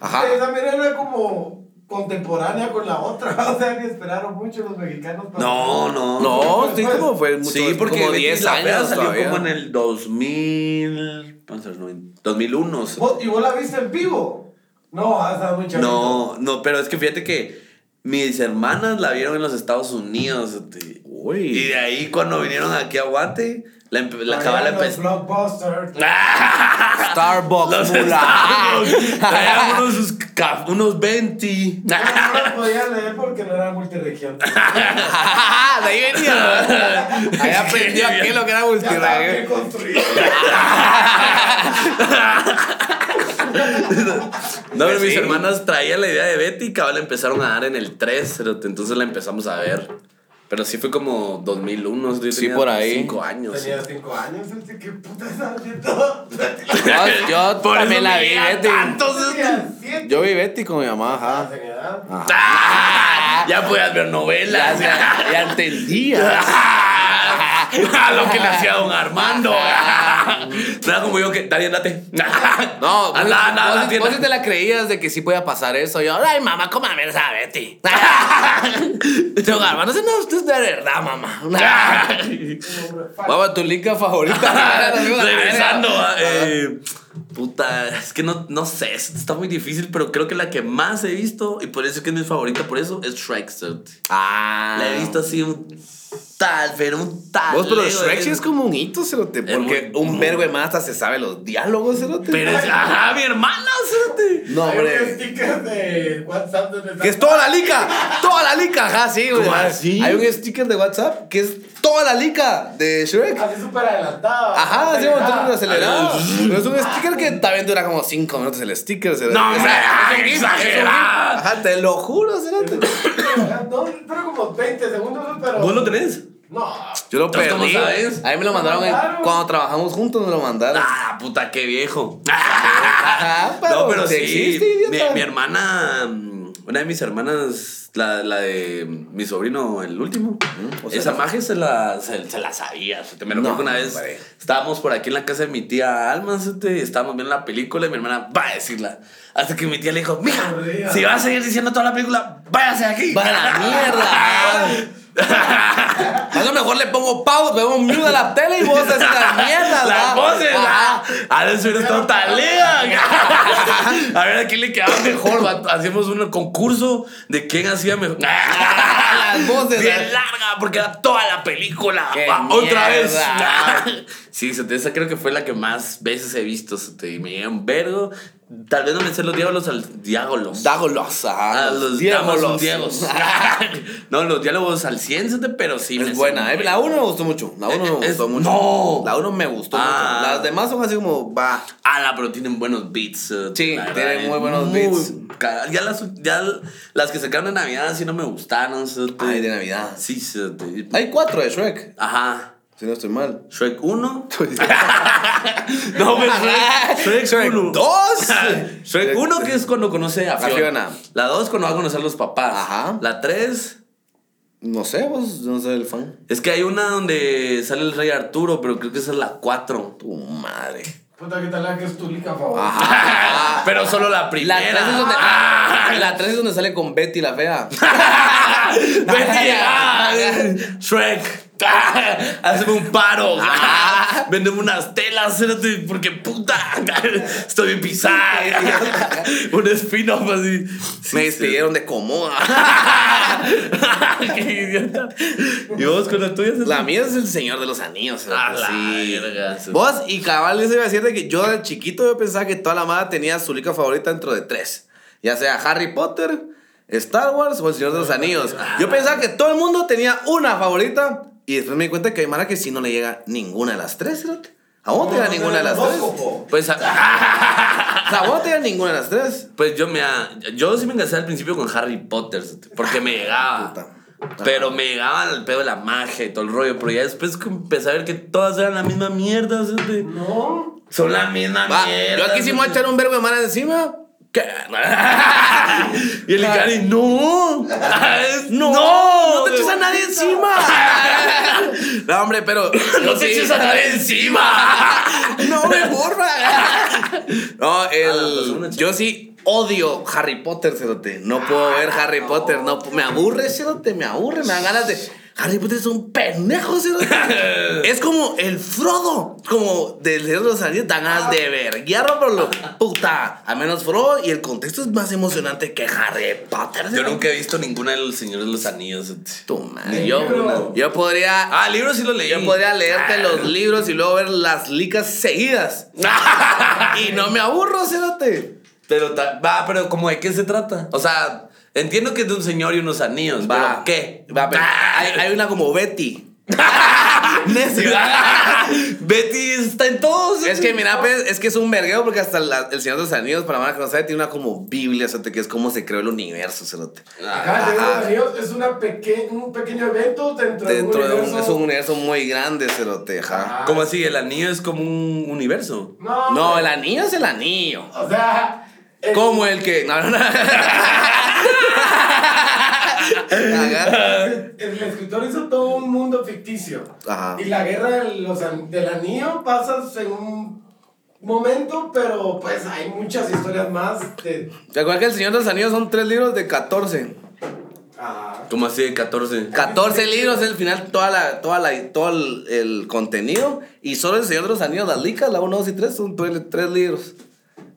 Speaker 2: Ajá.
Speaker 3: Sí, también era como contemporánea con la otra. *laughs* O sea, que esperaron mucho los mexicanos para.
Speaker 1: No, no.
Speaker 2: No, sí,
Speaker 3: Pues,
Speaker 2: como fue mucho,
Speaker 1: sí, porque
Speaker 2: como
Speaker 1: Betty
Speaker 2: 10
Speaker 1: la Fea
Speaker 2: años
Speaker 1: salió
Speaker 2: todavía.
Speaker 1: como en el 2000. ¿cuántos años? 90, 2001. o sea.
Speaker 3: ¿Vos- ¿Y vos la viste en vivo? No, hasta muy chavito.
Speaker 1: No, no, pero es que fíjate que mis hermanas la vieron en los Estados Unidos. este,
Speaker 2: Uy.
Speaker 1: Y de ahí cuando vinieron aquí a Guate, la, empe- la cabal
Speaker 3: Traían los
Speaker 1: *laughs* empezó.
Speaker 3: Blockbuster.
Speaker 2: Starbucks,
Speaker 1: Los
Speaker 2: mula.
Speaker 1: Starbucks.
Speaker 2: *laughs*
Speaker 1: Traían unos, sus ca- unos 20.
Speaker 3: No los podía leer porque no era multiregión.
Speaker 2: de ahí venía. Ahí aprendió aquí lo que era
Speaker 3: Ya estaba
Speaker 2: multirradio.
Speaker 3: bien construido.
Speaker 1: No, pero mis
Speaker 2: Sí.
Speaker 1: hermanas traían la idea de Betty y cabal empezaron a dar en el 3, pero te- entonces la empezamos a ver. Pero sí fue como 2001, yo
Speaker 2: Sí,
Speaker 1: tenía
Speaker 2: por ahí.
Speaker 1: 5 años.
Speaker 3: Tenía 5 años, este, ¿qué puta estaba haciendo?
Speaker 1: *laughs*
Speaker 2: Yo, yo
Speaker 1: Por eso
Speaker 2: también la
Speaker 1: me
Speaker 2: vi,
Speaker 1: llegan
Speaker 2: Betty.
Speaker 1: tantos, este.
Speaker 3: Tenía 7
Speaker 2: Yo vi Betty con mi mamá, ajá.
Speaker 3: años en edad.
Speaker 2: *laughs*
Speaker 1: ¡Ah! Ya podías ver
Speaker 2: Ya,
Speaker 1: novelas. *laughs*
Speaker 2: ya, *laughs* ya entendía.
Speaker 1: Ah, lo que le hacía don Armando.
Speaker 2: *laughs*
Speaker 1: Nada como yo que, Dani, andate.
Speaker 2: Ah, No, vos,
Speaker 1: anda, anda,
Speaker 2: vos-
Speaker 1: anda, tienda.
Speaker 2: vos
Speaker 1: *laughs*
Speaker 2: sí te la creías de que sí podía pasar eso. Yo, ay, mamá, cómo a ver esa Betty. *laughs* Yo, hermano, eso no esto es de
Speaker 1: *laughs*
Speaker 2: verdad, mamá. mamá, tu liga favorita. *laughs*
Speaker 1: Regresando a, eh, Puta, es que no, no sé, está muy difícil, pero creo que la que más he visto, y por eso es que es mi favorita, por eso, es Shrek. cerote.
Speaker 2: Ah.
Speaker 1: La he visto así un tal, pero un tal.
Speaker 2: Vos, pero
Speaker 1: lego de-
Speaker 2: Shrek sí es como un hito, cerote.
Speaker 1: eh. Es
Speaker 2: Porque
Speaker 1: muy-
Speaker 2: un vergo de más hasta se sabe los diálogos, cerote.
Speaker 1: Pero es, ajá, mi hermana, cerote.
Speaker 2: No,
Speaker 3: Hay unos
Speaker 2: hombre.
Speaker 3: stickers de WhatsApp donde
Speaker 2: Que es
Speaker 3: están-
Speaker 2: toda la lica, toda la lica, ajá, sí, güey.
Speaker 1: ¿Cómo así?
Speaker 2: Hay un sticker de WhatsApp que es toda la lica de Shrek.
Speaker 3: Así súper adelantada.
Speaker 2: Ajá, así como todo acelerado.
Speaker 1: Ah.
Speaker 2: Pero es un sticker que también dura como 5 minutos el sticker. se-
Speaker 1: No, hombre,
Speaker 2: Es un
Speaker 1: qué
Speaker 2: gif, es un gif.
Speaker 1: exagerada.
Speaker 2: Ajá, te lo juro, cerote.
Speaker 3: No, pero como 20 segundos, pero.
Speaker 1: ¿Vos lo tenés?
Speaker 3: No.
Speaker 2: Yo lo
Speaker 1: Entonces, ¿cómo
Speaker 2: perdí.
Speaker 1: sabes?
Speaker 2: A mí me lo mandaron en-
Speaker 3: mandaron.
Speaker 2: cuando trabajamos juntos, me lo mandaron.
Speaker 1: Ah, puta, qué viejo.
Speaker 2: Ajá,
Speaker 1: *laughs* no, pero sí.
Speaker 2: si existe,
Speaker 1: mi,
Speaker 2: idiota.
Speaker 1: mi hermana, mm, una de mis hermanas, la, la de mi sobrino, el último,
Speaker 2: o sea,
Speaker 1: esa
Speaker 2: no.
Speaker 1: magia se la, se, se la sabía. se te- me lo
Speaker 2: No,
Speaker 1: acuerdo que una vez
Speaker 2: hombre.
Speaker 1: estábamos por aquí en la casa de mi tía Alma, se te- estábamos viendo la película y mi hermana va a decirla. Hasta que mi tía le dijo, mija,
Speaker 3: Correa.
Speaker 1: si vas a seguir diciendo toda la película, váyase de aquí.
Speaker 2: Va a
Speaker 1: *laughs*
Speaker 2: la mierda. A lo mejor le pongo pausa, le pongo mute a la tele y vos decís
Speaker 1: *laughs*
Speaker 2: la mierda.
Speaker 1: Las
Speaker 2: ¿verdad?
Speaker 1: voces, ah,
Speaker 2: Ajá.
Speaker 1: a ver si hubiera estado talía. A ver a quién le quedaba mejor. vato. Hacíamos un concurso de quién hacía mejor.
Speaker 2: Las voces,
Speaker 1: Bien
Speaker 2: ah.
Speaker 1: larga, porque era toda la película.
Speaker 2: ¡Qué
Speaker 1: Ah, Otra vez. *laughs*
Speaker 2: mierda!
Speaker 1: Sí, se te- esa creo que fue la que más veces he visto. se te- y me llega un vergo. Tal vez no me sé los diablos al diablos.
Speaker 2: Dágolos, ajá.
Speaker 1: A Ah, los
Speaker 2: Diégolos.
Speaker 1: diablos. los
Speaker 2: *laughs*
Speaker 1: diablos. no, los diálogos al 100, se te- pero sí. me sé
Speaker 2: Es buena.
Speaker 1: muy
Speaker 2: eh, La 1 me gustó mucho. La 1 me
Speaker 1: Eh, Es-
Speaker 2: gustó mucho.
Speaker 1: ¡No!
Speaker 2: La 1 me gustó
Speaker 1: Ah.
Speaker 2: mucho. Las demás son así como, va.
Speaker 1: Ah, la, pero tienen buenos beats. eh,
Speaker 2: Sí,
Speaker 1: la verdad,
Speaker 2: tienen
Speaker 1: eh,
Speaker 2: muy buenos beats.
Speaker 1: ca- Ya las, ya l- las que sacaron en Navidad sí no me gustaron. sí, te-
Speaker 2: Ay, de Navidad.
Speaker 1: Sí, sí, te-
Speaker 2: Hay cuatro de Shrek,
Speaker 1: Ajá.
Speaker 2: si no
Speaker 1: *laughs*
Speaker 2: estoy mal.
Speaker 1: Shrek
Speaker 2: *laughs*
Speaker 1: 1. no, pero Shrek, Shrek,
Speaker 2: Shrek
Speaker 1: 1.
Speaker 2: dos.
Speaker 1: *laughs* Shrek 1 que es cuando conoce a
Speaker 2: A
Speaker 1: Fiona.
Speaker 2: Fiona.
Speaker 1: La 2 cuando va a conocer a los papás.
Speaker 2: Ajá.
Speaker 1: La 3
Speaker 2: No sé, vos no soy el fan.
Speaker 1: es que hay una donde sale el rey Arturo, pero creo que esa es la 4.
Speaker 2: Tu madre.
Speaker 3: Puta, ¿qué tal la que es tu lica favorita?
Speaker 2: Ajá.
Speaker 1: *laughs* Pero solo la
Speaker 2: La
Speaker 1: primera.
Speaker 2: 3 es donde.
Speaker 1: Ah.
Speaker 2: La 3 es donde sale con Betty la fea.
Speaker 1: Vete ya. Shrek. *laughs* Hazme un paro.
Speaker 2: Ah.
Speaker 1: *laughs* Vendeme unas telas, espérate, porque puta. *laughs* Estoy bien pisada. *laughs* un spin-off así.
Speaker 2: Me
Speaker 1: Sí,
Speaker 2: despidieron de comoda.
Speaker 1: sí. *laughs* Qué idiota. ¿Y vos con la tuya?
Speaker 2: La mía es el señor de los anillos.
Speaker 1: Ah,
Speaker 2: ¿no?
Speaker 1: la
Speaker 2: Sí.
Speaker 1: verga.
Speaker 2: Vos y cabal, eso iba a decir de que yo de chiquito yo pensaba que toda la madre tenía su lica favorita dentro de tres. Ya sea Harry Potter, Star Wars o El Señor de los Anillos. Yo pensaba que todo el mundo tenía una favorita y después me di cuenta que hay mara que si no le llega ninguna de las tres, cerote. ¿A vos no te llega ninguna de las tres? O
Speaker 3: Horóscopo.
Speaker 1: Pues, ah,
Speaker 2: sea, ¿a vos no te llega ninguna de las tres?
Speaker 1: pues yo me. Yo sí me engasé al principio con Harry Potter, porque me llegaba.
Speaker 2: Puta.
Speaker 1: Pero me llegaba el pedo de la magia y todo el rollo. Pero ya después que empecé a ver que todas eran la misma mierda. o sea, de-
Speaker 3: No.
Speaker 1: Son la misma
Speaker 2: Va,
Speaker 1: mierda.
Speaker 2: yo aquí sí me voy a echar un verbo de mara encima. ¿Qué?
Speaker 1: *laughs* Y el Icari, *laughs* no. no. *laughs*
Speaker 2: ¡No! ¡No te eches a nadie encima!
Speaker 1: No,
Speaker 2: No, hombre, pero.
Speaker 1: *laughs* ¡No te
Speaker 2: sí.
Speaker 1: eches a nadie encima!
Speaker 2: *laughs*
Speaker 1: Ah,
Speaker 2: No
Speaker 1: *laughs*
Speaker 2: me borra. No, el.
Speaker 1: persona, chico.
Speaker 2: Yo sí odio Harry Potter, cerote. No puedo ver Harry
Speaker 1: Ah,
Speaker 2: Potter. No, me aburre, cerote. Me aburre. Me dan ganas de. Harry Potter es un pendejo, cerote.
Speaker 1: *laughs*
Speaker 2: es como el Frodo. Como del Señor de los Anillos, dan ganas de ver. Guiarro por lo. Puta. A menos Frodo. Y el contexto es más emocionante que Harry Potter.
Speaker 1: Yo
Speaker 2: cerote.
Speaker 1: nunca he visto ninguna de los Señores de los Anillos. cerote.
Speaker 2: Tu madre.
Speaker 3: Ni
Speaker 2: Yo,
Speaker 3: libro.
Speaker 2: yo podría.
Speaker 1: Ah, libros sí Ah. los leí.
Speaker 2: Yo podría leerte los libros y luego ver las licas
Speaker 1: *laughs*
Speaker 2: seguidas. y no me aburro, cédate.
Speaker 1: Pero, ta- va, pero como de qué se trata? O sea, entiendo que es de un señor y unos anillos,
Speaker 2: Va.
Speaker 1: pero ¿qué?
Speaker 2: Va, pero
Speaker 1: Ah.
Speaker 2: hay, hay una como Betty.
Speaker 1: *laughs*
Speaker 2: *laughs*
Speaker 1: Necio. *laughs* Betty está en todos. ¿eh?
Speaker 2: Es que, mira, pues, es que es un vergueo porque hasta la- el Señor de los Anillos, para más que no sabe, tiene una como Biblia, cerote, que es como se creó el universo, cerote.
Speaker 3: Ajá,
Speaker 2: Ah.
Speaker 3: Señor de los Anillos es una peque- un pequeño evento dentro,
Speaker 2: Dentro
Speaker 3: de un
Speaker 2: de un,
Speaker 3: universo.
Speaker 2: es un universo muy grande, cerote, ajá.
Speaker 1: Ah, ¿Cómo así? El anillo es como un universo.
Speaker 3: No,
Speaker 2: No, el anillo es el anillo.
Speaker 3: O sea... el-
Speaker 2: Como el que... No, no,
Speaker 3: *laughs*
Speaker 2: no. Ajá.
Speaker 3: El, el escritor hizo todo un mundo ficticio.
Speaker 2: Ajá.
Speaker 3: Y la guerra de los an- del anillo pasa en un momento, pero pues hay muchas historias más de...
Speaker 2: ¿Te acuerdas que el Señor de los Anillos son tres libros de 14?
Speaker 3: ah,
Speaker 1: ¿Cómo así? 14.
Speaker 2: 14 libros es el final, toda la, toda la, todo el, el contenido. Y solo el Señor de los Anillos, las licas, la 1, 2 y 3, son tres, tres libros.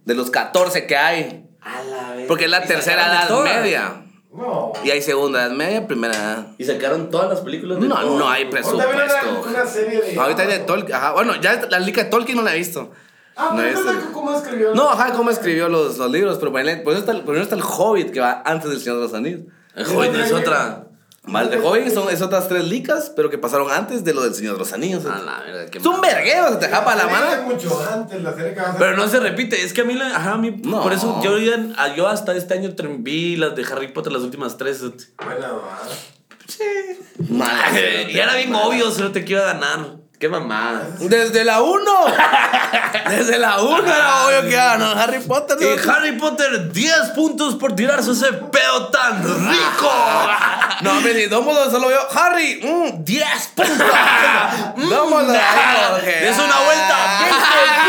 Speaker 2: De los 14 que hay.
Speaker 1: A la vez.
Speaker 2: Porque es la
Speaker 1: Y
Speaker 2: tercera
Speaker 1: sacaron de
Speaker 2: edad
Speaker 1: todas.
Speaker 2: media.
Speaker 3: no.
Speaker 2: Y hay segunda edad media, primera edad.
Speaker 1: Y sacaron todas las películas de
Speaker 2: No,
Speaker 1: todos.
Speaker 2: no hay
Speaker 3: Ahorita viene
Speaker 2: presupuesto.
Speaker 3: una- una serie de-
Speaker 2: Ahorita hay de Tolkien. Ajá. Bueno, ya la lica de Tolkien no la he visto.
Speaker 3: Ah,
Speaker 2: No
Speaker 3: pero
Speaker 2: he
Speaker 3: no,
Speaker 2: visto.
Speaker 3: cómo escribió.
Speaker 2: No, ajá, cómo escribió los, los libros, pero ponele- por eso, está, el- por eso está el Hobbit que va antes del Señor de los Anillos.
Speaker 1: El Hobbit es otra.
Speaker 2: Mal, el Hobbit son es otras tres licas, pero que pasaron antes de lo del Señor de los Anillos.
Speaker 1: A la verga, qué
Speaker 2: es un
Speaker 1: mal.
Speaker 2: vergueo, se te japa la
Speaker 3: serie
Speaker 2: mano.
Speaker 3: de mucho antes, la serie que va a ser-
Speaker 1: Pero no se repite, es que a mí, la- ajá, a mí
Speaker 2: No.
Speaker 1: por eso yo, ya- yo hasta este año tren- vi las de Harry Potter, las últimas tres.
Speaker 3: Buena mamada.
Speaker 2: Madre,
Speaker 1: y era bien obvio, se te que iba a ganar. Qué mamada.
Speaker 2: Desde la 1.
Speaker 1: *laughs*
Speaker 2: Desde la 1 era obvio que iba a ganar Harry Potter.
Speaker 1: Y
Speaker 2: ¿no?
Speaker 1: Harry Potter, 10 puntos por tirarse ese pedo tan rico.
Speaker 2: No, hombre, ni Dumbledore solo vio Harry, mm, 10
Speaker 1: *laughs*
Speaker 2: puntos. Mm, Dumbledore. ahí, Jorge.
Speaker 1: es una
Speaker 2: *laughs*
Speaker 1: vuelta,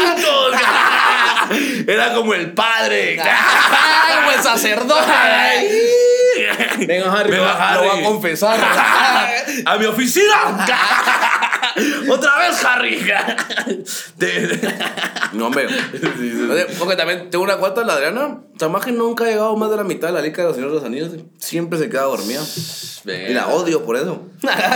Speaker 1: 20 puntos. Era como el padre.
Speaker 2: Ay, como el sacerdote. Ay. Venga, Harry,
Speaker 1: Venga,
Speaker 2: lo-
Speaker 1: Harry.
Speaker 2: lo voy a confesar.
Speaker 1: ¡A mi oficina! ¡Otra vez, Harry! De-
Speaker 2: *laughs* No, hombre. Oye, Porque también tengo una cuarta de la Adriana. Tamaje nunca ha llegado más de la mitad de la lica de los señores de los anillos. Siempre se queda dormida. Y la odio por eso.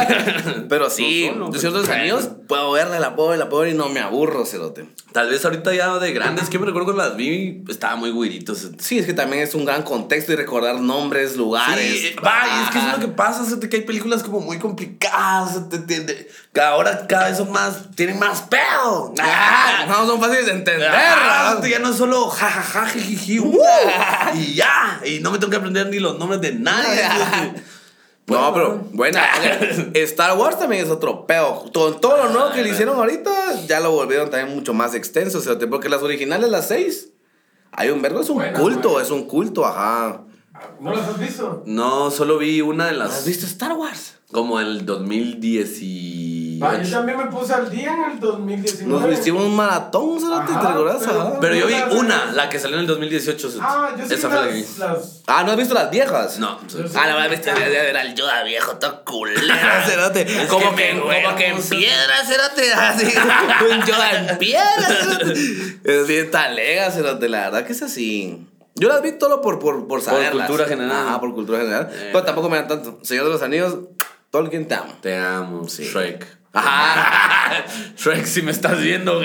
Speaker 1: *laughs*
Speaker 2: Pero sí,
Speaker 1: No solo,
Speaker 2: los
Speaker 1: pero-
Speaker 2: señores de los anillos, puedo verla, la puedo ver, la puedo ver y no me aburro, cerote.
Speaker 1: Tal vez ahorita ya de grandes, que me recuerdo cuando las vi, estaba muy güiritos.
Speaker 2: Sí, es que también es un gran contexto y recordar nombres, lugares.
Speaker 1: Sí, va, y es que eso es
Speaker 2: Ajá. *laughs*
Speaker 1: lo que pasa, se te- que hay películas como muy complicadas, se te- te- te- que ahora cada vez son más, tienen más *laughs* pedo.
Speaker 2: Ah, No son fáciles de entender.
Speaker 1: Ah,
Speaker 2: ¿verdad?
Speaker 1: ya no es solo jajaja, jijiji,
Speaker 2: *laughs*
Speaker 1: uh, y ya, y no me tengo que aprender ni los nombres de nadie.
Speaker 2: no, Ah, pero buena.
Speaker 3: Ah.
Speaker 2: Star Wars también es otro peo. Todo, todo lo nuevo que le hicieron ahorita ya lo volvieron también mucho más extenso. o sea, te- porque las originales, las seis, hay un verbo, es un
Speaker 3: Buena,
Speaker 2: culto,
Speaker 3: buena.
Speaker 2: es un culto, ajá.
Speaker 3: Ah, ¿No las has visto?
Speaker 1: No, solo vi una de
Speaker 2: ¿Has
Speaker 1: las,
Speaker 2: visto Star Wars?
Speaker 1: *laughs* como el
Speaker 3: Va, Ah, yo
Speaker 1: 2018.
Speaker 3: también me puse al día en el 2019.
Speaker 2: Nos hicimos un maratón, ¿sabes? ¿Te
Speaker 3: Ajá,
Speaker 2: acuerdas?
Speaker 3: pero-
Speaker 2: ajá?
Speaker 1: Pero yo vi una, la que salió en el 2018.
Speaker 3: Ah, yo sí
Speaker 1: Esa fue la que vi.
Speaker 3: las, las...
Speaker 2: Ah, ¿no has visto las viejas?
Speaker 1: No,
Speaker 2: Ah, la verdad, viste, de de ver al Yoda viejo, todo culero, *laughs* cerote.
Speaker 1: Es
Speaker 2: Como
Speaker 1: que
Speaker 2: que,
Speaker 1: me
Speaker 2: como que en
Speaker 1: duermo,
Speaker 2: piedra, cerote. *laughs* Así, un Yoda en piedra, cerote. Es bien talega, cerote, la verdad que es así. Yo las vi todo por, por, por saberlas.
Speaker 1: cultura general.
Speaker 2: Ah, por cultura general.
Speaker 1: Eh.
Speaker 2: Pero tampoco me dan tanto. Señor de los Anillos, Tolkien te ama. *laughs*
Speaker 1: Te amo, Shrek.
Speaker 2: Ajá.
Speaker 1: *laughs* Shrek, si me estás viendo.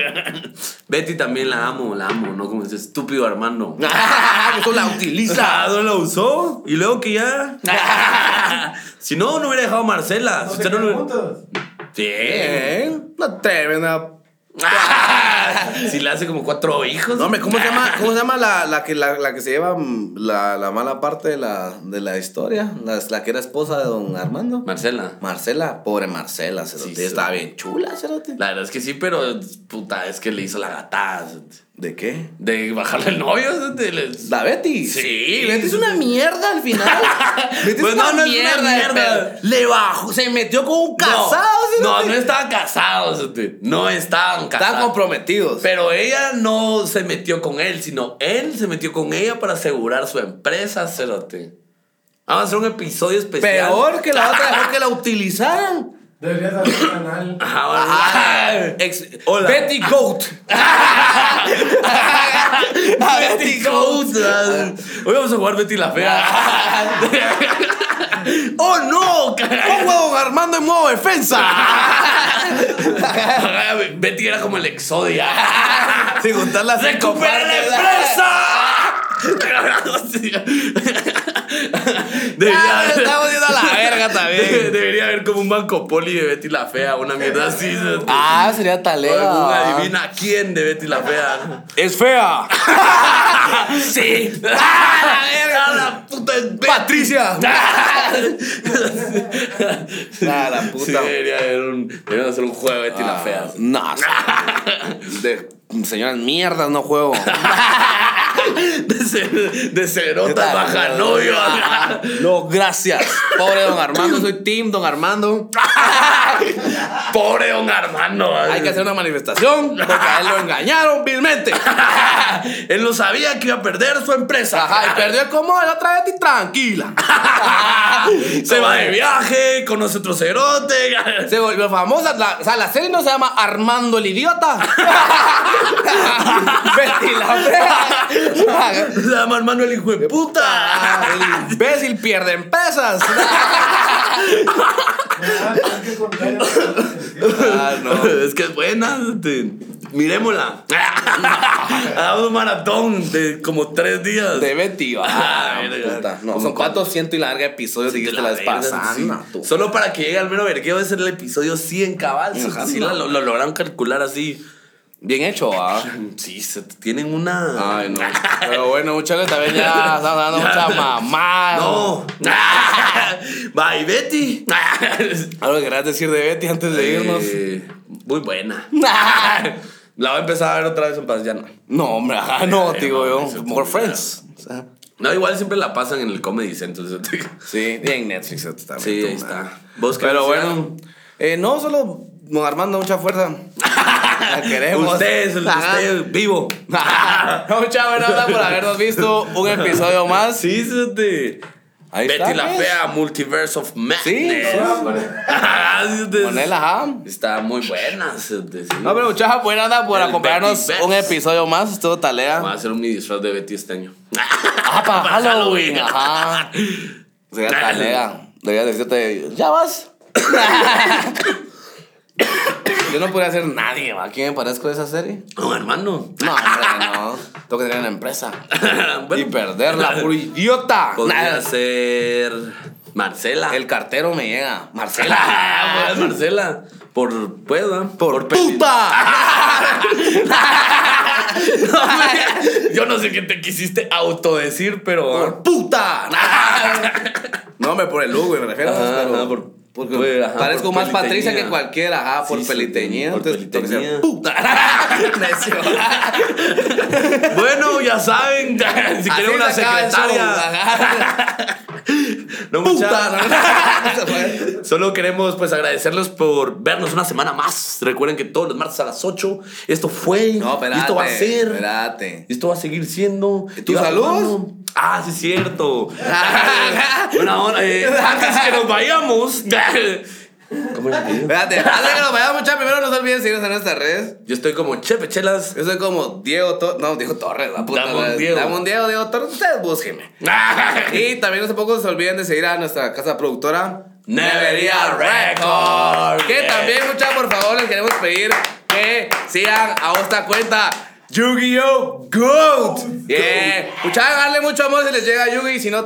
Speaker 1: Betty también la amo, la amo, ¿no? Como ese estúpido Armando. *laughs*
Speaker 2: Eso la utiliza.
Speaker 1: Ah,
Speaker 2: *laughs*
Speaker 1: no la usó. Y luego que *laughs* ya. si no, no hubiera dejado a Marcela.
Speaker 3: No
Speaker 1: Si
Speaker 3: sé
Speaker 1: Ah, usted
Speaker 3: qué
Speaker 1: no lo-
Speaker 3: preguntas.
Speaker 1: Bien.
Speaker 2: Bien. Una tremenda
Speaker 1: *laughs* si le hace como cuatro hijos.
Speaker 2: No, hombre, ¿cómo
Speaker 1: *laughs*
Speaker 2: se llama, cómo se llama la, la que, la, la que se lleva mm, la, la mala parte de la, de la historia? La, la que era esposa de don Armando.
Speaker 1: Marcela.
Speaker 2: Marcela, pobre Marcela, cerote.
Speaker 1: Sí,
Speaker 2: Estaba
Speaker 1: sí.
Speaker 2: bien chula, cerote.
Speaker 1: La verdad es que sí, pero puta, es que le hizo la gatada.
Speaker 2: ¿De qué?
Speaker 1: De bajarle el novio. de- le-
Speaker 2: La Betty.
Speaker 1: Sí.
Speaker 2: Betty es una
Speaker 1: *laughs*
Speaker 2: mierda al final. Betty
Speaker 1: Pues
Speaker 2: es,
Speaker 1: no,
Speaker 2: una
Speaker 1: no es una
Speaker 2: mierda,
Speaker 1: mierda.
Speaker 2: pero Le bajó, se metió con un
Speaker 1: No.
Speaker 2: casado,
Speaker 1: No, no estaban casados, este, no estaban casados.
Speaker 2: Estaban comprometidos.
Speaker 1: Pero ella no se metió con él, sino él se metió con ella para asegurar su empresa, cerote. Vamos a hacer un episodio especial.
Speaker 2: Peor que
Speaker 1: *laughs*
Speaker 2: la otra, mejor que la utilizaran.
Speaker 3: Deberías hacer un canal.
Speaker 1: Ajá,
Speaker 2: Ajá.
Speaker 1: Ah, vale.
Speaker 2: Ex- Betty Goat. *laughs*
Speaker 1: Ah, Betty Goat. Hoy vamos a jugar Betty la fea.
Speaker 2: *laughs*
Speaker 1: *laughs* ¡Oh, no!
Speaker 2: ¡Oh, huevo, Armando en modo
Speaker 1: *laughs*
Speaker 2: defensa!
Speaker 1: Betty era como el exodia.
Speaker 2: *laughs* Sin contar las cinco
Speaker 1: ¡Recupera la
Speaker 2: partes.
Speaker 1: *laughs* empresa!
Speaker 2: Ah, lo estamos yendo a la verga también.
Speaker 1: De- *laughs* Debería haber como un banco poli de Betty la Fea, una mierda así. ¿sabes?
Speaker 2: Ah, sería
Speaker 1: O algún
Speaker 2: talera.
Speaker 1: adivina quién de Betty la
Speaker 2: *laughs*
Speaker 1: Fea.
Speaker 2: Es fea.
Speaker 1: *laughs* ¡Sí! ¡Ah, la verga! ¡La puta
Speaker 2: Patricia. Ah, la
Speaker 1: *laughs* Sí,
Speaker 2: puta. Ah.
Speaker 1: debería haber un. Deberían hacer un juego de Betty la Fea. *laughs*
Speaker 2: No. sí. De señoras mierdas no juego.
Speaker 1: De, ce- de cerotas baja novio. *laughs*
Speaker 2: Ah, No, gracias. Pobre don Armando, soy Tim, don Armando.
Speaker 1: Pobre don Armando.
Speaker 2: Hay que hacer una manifestación porque a él lo engañaron vilmente.
Speaker 1: *laughs* Él lo sabía que iba a perder su empresa.
Speaker 2: Ajá, y perdió el cómodo la otra vez y tranquila.
Speaker 1: *laughs* Se va de viaje, conoce otro cerote.
Speaker 2: *laughs* Se volvió famosa. La, o sea, la serie no se llama Armando el Idiota. *laughs* Betty la fea.
Speaker 1: Se llama Manuel hijo de puta.
Speaker 2: El imbécil pierde empresas.
Speaker 3: Ah, tienes que contar
Speaker 1: *laughs*
Speaker 3: el canal.
Speaker 2: Ah, no.
Speaker 1: Es que es buena. este, Miremosla. *laughs* Hagamos un maratón de como tres días.
Speaker 2: De Betty, va.
Speaker 1: Ah, verga.
Speaker 2: puta.
Speaker 1: Como
Speaker 2: No, son
Speaker 1: con-
Speaker 2: cuatro ciento y larga episodios
Speaker 1: Sí,
Speaker 2: dijiste
Speaker 1: la
Speaker 2: la vez
Speaker 1: verga,
Speaker 2: pasada.
Speaker 1: sí.
Speaker 2: tú.
Speaker 1: Solo para que llegue al menos vergueo es el episodio 100 cabal.
Speaker 2: Ajá,
Speaker 1: sí,
Speaker 2: no.
Speaker 1: la- lo, lo lograron calcular así.
Speaker 2: Bien hecho, va.
Speaker 1: Sí, se tienen una. *laughs*
Speaker 2: Ay, no. Pero bueno, muchachos, también ya estamos dando mucha mamá.
Speaker 1: No. *laughs* Bye, Betty.
Speaker 2: Algo que querás decir de Betty antes de irnos. *laughs*
Speaker 1: Eh, muy buena. La voy a empezar a ver otra vez en paz, ya no.
Speaker 2: No, hombre, ajá, no,
Speaker 1: Eh,
Speaker 2: digo
Speaker 1: no,
Speaker 2: yo.
Speaker 1: eso
Speaker 2: More
Speaker 1: es
Speaker 2: friends. O sea,
Speaker 1: No, igual siempre la pasan en el Comedy Central.
Speaker 2: Sí, y en Netflix esto también.
Speaker 1: Sí,
Speaker 2: tú,
Speaker 1: ahí
Speaker 2: man.
Speaker 1: está. ¿Vos qué
Speaker 2: Pero
Speaker 1: decías?
Speaker 2: bueno, eh, no, solo don Armando, mucha
Speaker 1: *laughs*
Speaker 2: fuerza. La queremos.
Speaker 1: Ustedes,
Speaker 2: Ajá.
Speaker 1: ustedes, vivo.
Speaker 2: no, *laughs* mucha verdad por habernos visto un episodio más.
Speaker 1: Sí, Betty
Speaker 2: Ahí está,
Speaker 1: la
Speaker 2: pues.
Speaker 1: fea, Multiverse of Madness.
Speaker 2: sí.
Speaker 3: Ahora, bueno,
Speaker 1: *laughs* Ah, sí, ustedes-
Speaker 2: Ponela, ajá.
Speaker 1: Está muy buena. sí, ustedes, sí.
Speaker 2: No, pero muchachos, buena onda por
Speaker 1: El
Speaker 2: acompañarnos
Speaker 1: Betty Bets.
Speaker 2: un episodio más. Estuvo
Speaker 1: Voy a
Speaker 2: talea.
Speaker 1: hacer mi disfraz de Betty este año. *laughs*
Speaker 2: Ah, para
Speaker 1: Para Halloween.
Speaker 2: Halloween.
Speaker 1: *laughs*
Speaker 2: Ajá. Sería talea. Debería decirte, ¿ya *coughs* vas? Yo no podría ser nadie, ¿a quién me parezco de esa serie?
Speaker 1: No, hermano.
Speaker 2: No, hombre, no. Tengo que tener una empresa.
Speaker 1: Bueno,
Speaker 2: y
Speaker 1: *laughs*
Speaker 2: perderla, puro idiota.
Speaker 1: Podría
Speaker 2: Nah,
Speaker 1: ser Marcela.
Speaker 2: El cartero me llega.
Speaker 1: *laughs*
Speaker 2: *laughs*
Speaker 1: Ah,
Speaker 2: Marcela.
Speaker 1: pues, Marcela. Por pueda.
Speaker 2: por
Speaker 1: peli-
Speaker 2: puta.
Speaker 1: No, hombre, *laughs* Yo no sé qué te quisiste autodecir, pero. ah. *laughs*
Speaker 2: Por puta. *laughs* Ah, No, me por el Hugo, me refiero. pues,
Speaker 1: Ajá,
Speaker 2: pero-
Speaker 1: ajá, por-
Speaker 2: porque
Speaker 1: por- pues, ajá,
Speaker 2: parezco
Speaker 1: por
Speaker 2: más Patricia
Speaker 1: peliteñida.
Speaker 2: que cualquiera, ajá, por
Speaker 1: Sí, sí,
Speaker 2: peliteñía.
Speaker 1: por
Speaker 2: entonces, tengo que ser
Speaker 1: peliteñía. *laughs*
Speaker 2: Puta. *laughs* Necio.
Speaker 1: Bueno, ya saben. *laughs* Si
Speaker 2: Así
Speaker 1: quieren una
Speaker 2: se acaba el show,
Speaker 1: secretaria.
Speaker 2: ajá.
Speaker 1: No, mucha- *laughs*
Speaker 2: *laughs* Puta.
Speaker 1: Solo queremos pues agradecerles por vernos una semana más. Recuerden que todos los martes a las 8 esto fue.
Speaker 2: No, espérate.
Speaker 1: y esto va a ser.
Speaker 2: Espérate.
Speaker 1: Esto va a seguir siendo.
Speaker 2: ¿Y tus
Speaker 1: Y va-
Speaker 2: saludos?
Speaker 1: Ah, sí, es
Speaker 2: *laughs*
Speaker 1: cierto. Bueno, ahora, eh, antes que nos vayamos. ¿Cómo era el apellido?
Speaker 2: Espérate, ah, antes que nos vayamos, muchachos, primero no se olviden seguirnos en nuestras redes.
Speaker 1: Yo estoy como Chepechelas.
Speaker 2: Yo soy como Diego Torres. No, Diego Torres, la puta.
Speaker 1: Dame un
Speaker 2: la-
Speaker 1: Diego.
Speaker 2: Dame un Diego, Diego Torres. Ustedes búsquenme. *laughs* Y también no se poco se olviden de seguir a nuestra casa productora,
Speaker 1: Nevería Record.
Speaker 2: Que también, muchachos, por favor, les queremos pedir que sigan a esta cuenta. Yu-Gi-Oh! GOAT! Yeah. Muchachos, darle mucho amor si les llega Yu-Gi, si no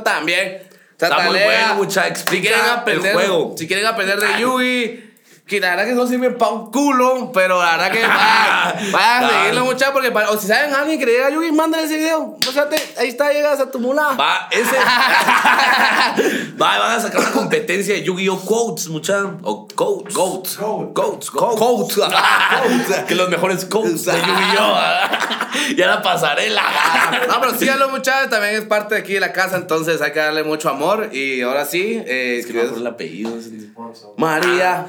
Speaker 1: Está
Speaker 2: también.
Speaker 1: muy
Speaker 2: Tatalea.
Speaker 1: bueno, mucha,
Speaker 2: Si
Speaker 1: explica
Speaker 2: quieren
Speaker 1: el
Speaker 2: aprender,
Speaker 1: juego.
Speaker 2: Si quieren aprender de Yugi, que la verdad que no sirven para un culo, pero la verdad
Speaker 1: *laughs*
Speaker 2: que vayan, vayan a
Speaker 1: Dale.
Speaker 2: seguirlo, muchachos, porque para- o si saben a alguien que le llega Yugi, mándenle ese video. O sea, te- ahí está, llegas a tu mula.
Speaker 1: Va, *laughs* ese. Va, van a sacar una competencia de Yu-Gi-Oh! Quotes, mucha. O Coats. Coats. Coats.
Speaker 3: Goats.
Speaker 1: Coats. Ah, *laughs* Que los mejores Coats de Yu-Gi-Oh! *laughs* Ya la pasarela. *laughs*
Speaker 2: No, pero síganlo, muchachos, también es parte de aquí de la casa, entonces hay que darle mucho amor. Y ahora sí, eh,
Speaker 1: Es que no me acuerdo el apellido.
Speaker 3: sponsor.
Speaker 2: María.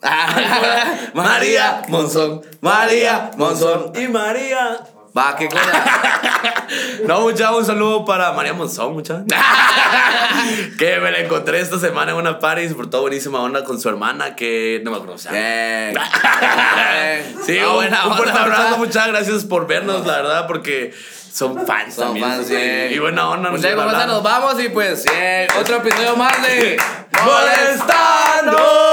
Speaker 2: Ah, María Monzón, María Monzón.
Speaker 1: y María.
Speaker 2: Va, qué cosa.
Speaker 1: No, mucha, un saludo para María Monzón, mucha. *laughs* que me la encontré esta semana en una party y se portó buenísima onda con su hermana, que no me acuerdo. o sea,
Speaker 2: Bien. Bien.
Speaker 1: Sí,
Speaker 2: Ah,
Speaker 1: un,
Speaker 2: buena
Speaker 1: un
Speaker 2: onda,
Speaker 1: fuerte
Speaker 2: ¿verdad?
Speaker 1: abrazo, muchas gracias por vernos, la verdad, porque son fans
Speaker 2: Son
Speaker 1: también.
Speaker 2: fans, Pues
Speaker 1: sí.
Speaker 2: bien.
Speaker 1: Y buena onda,
Speaker 2: Muchas
Speaker 1: la
Speaker 2: gracias,
Speaker 1: verdad.
Speaker 2: nos vamos y pues, bien, otro episodio más de
Speaker 1: Molestando.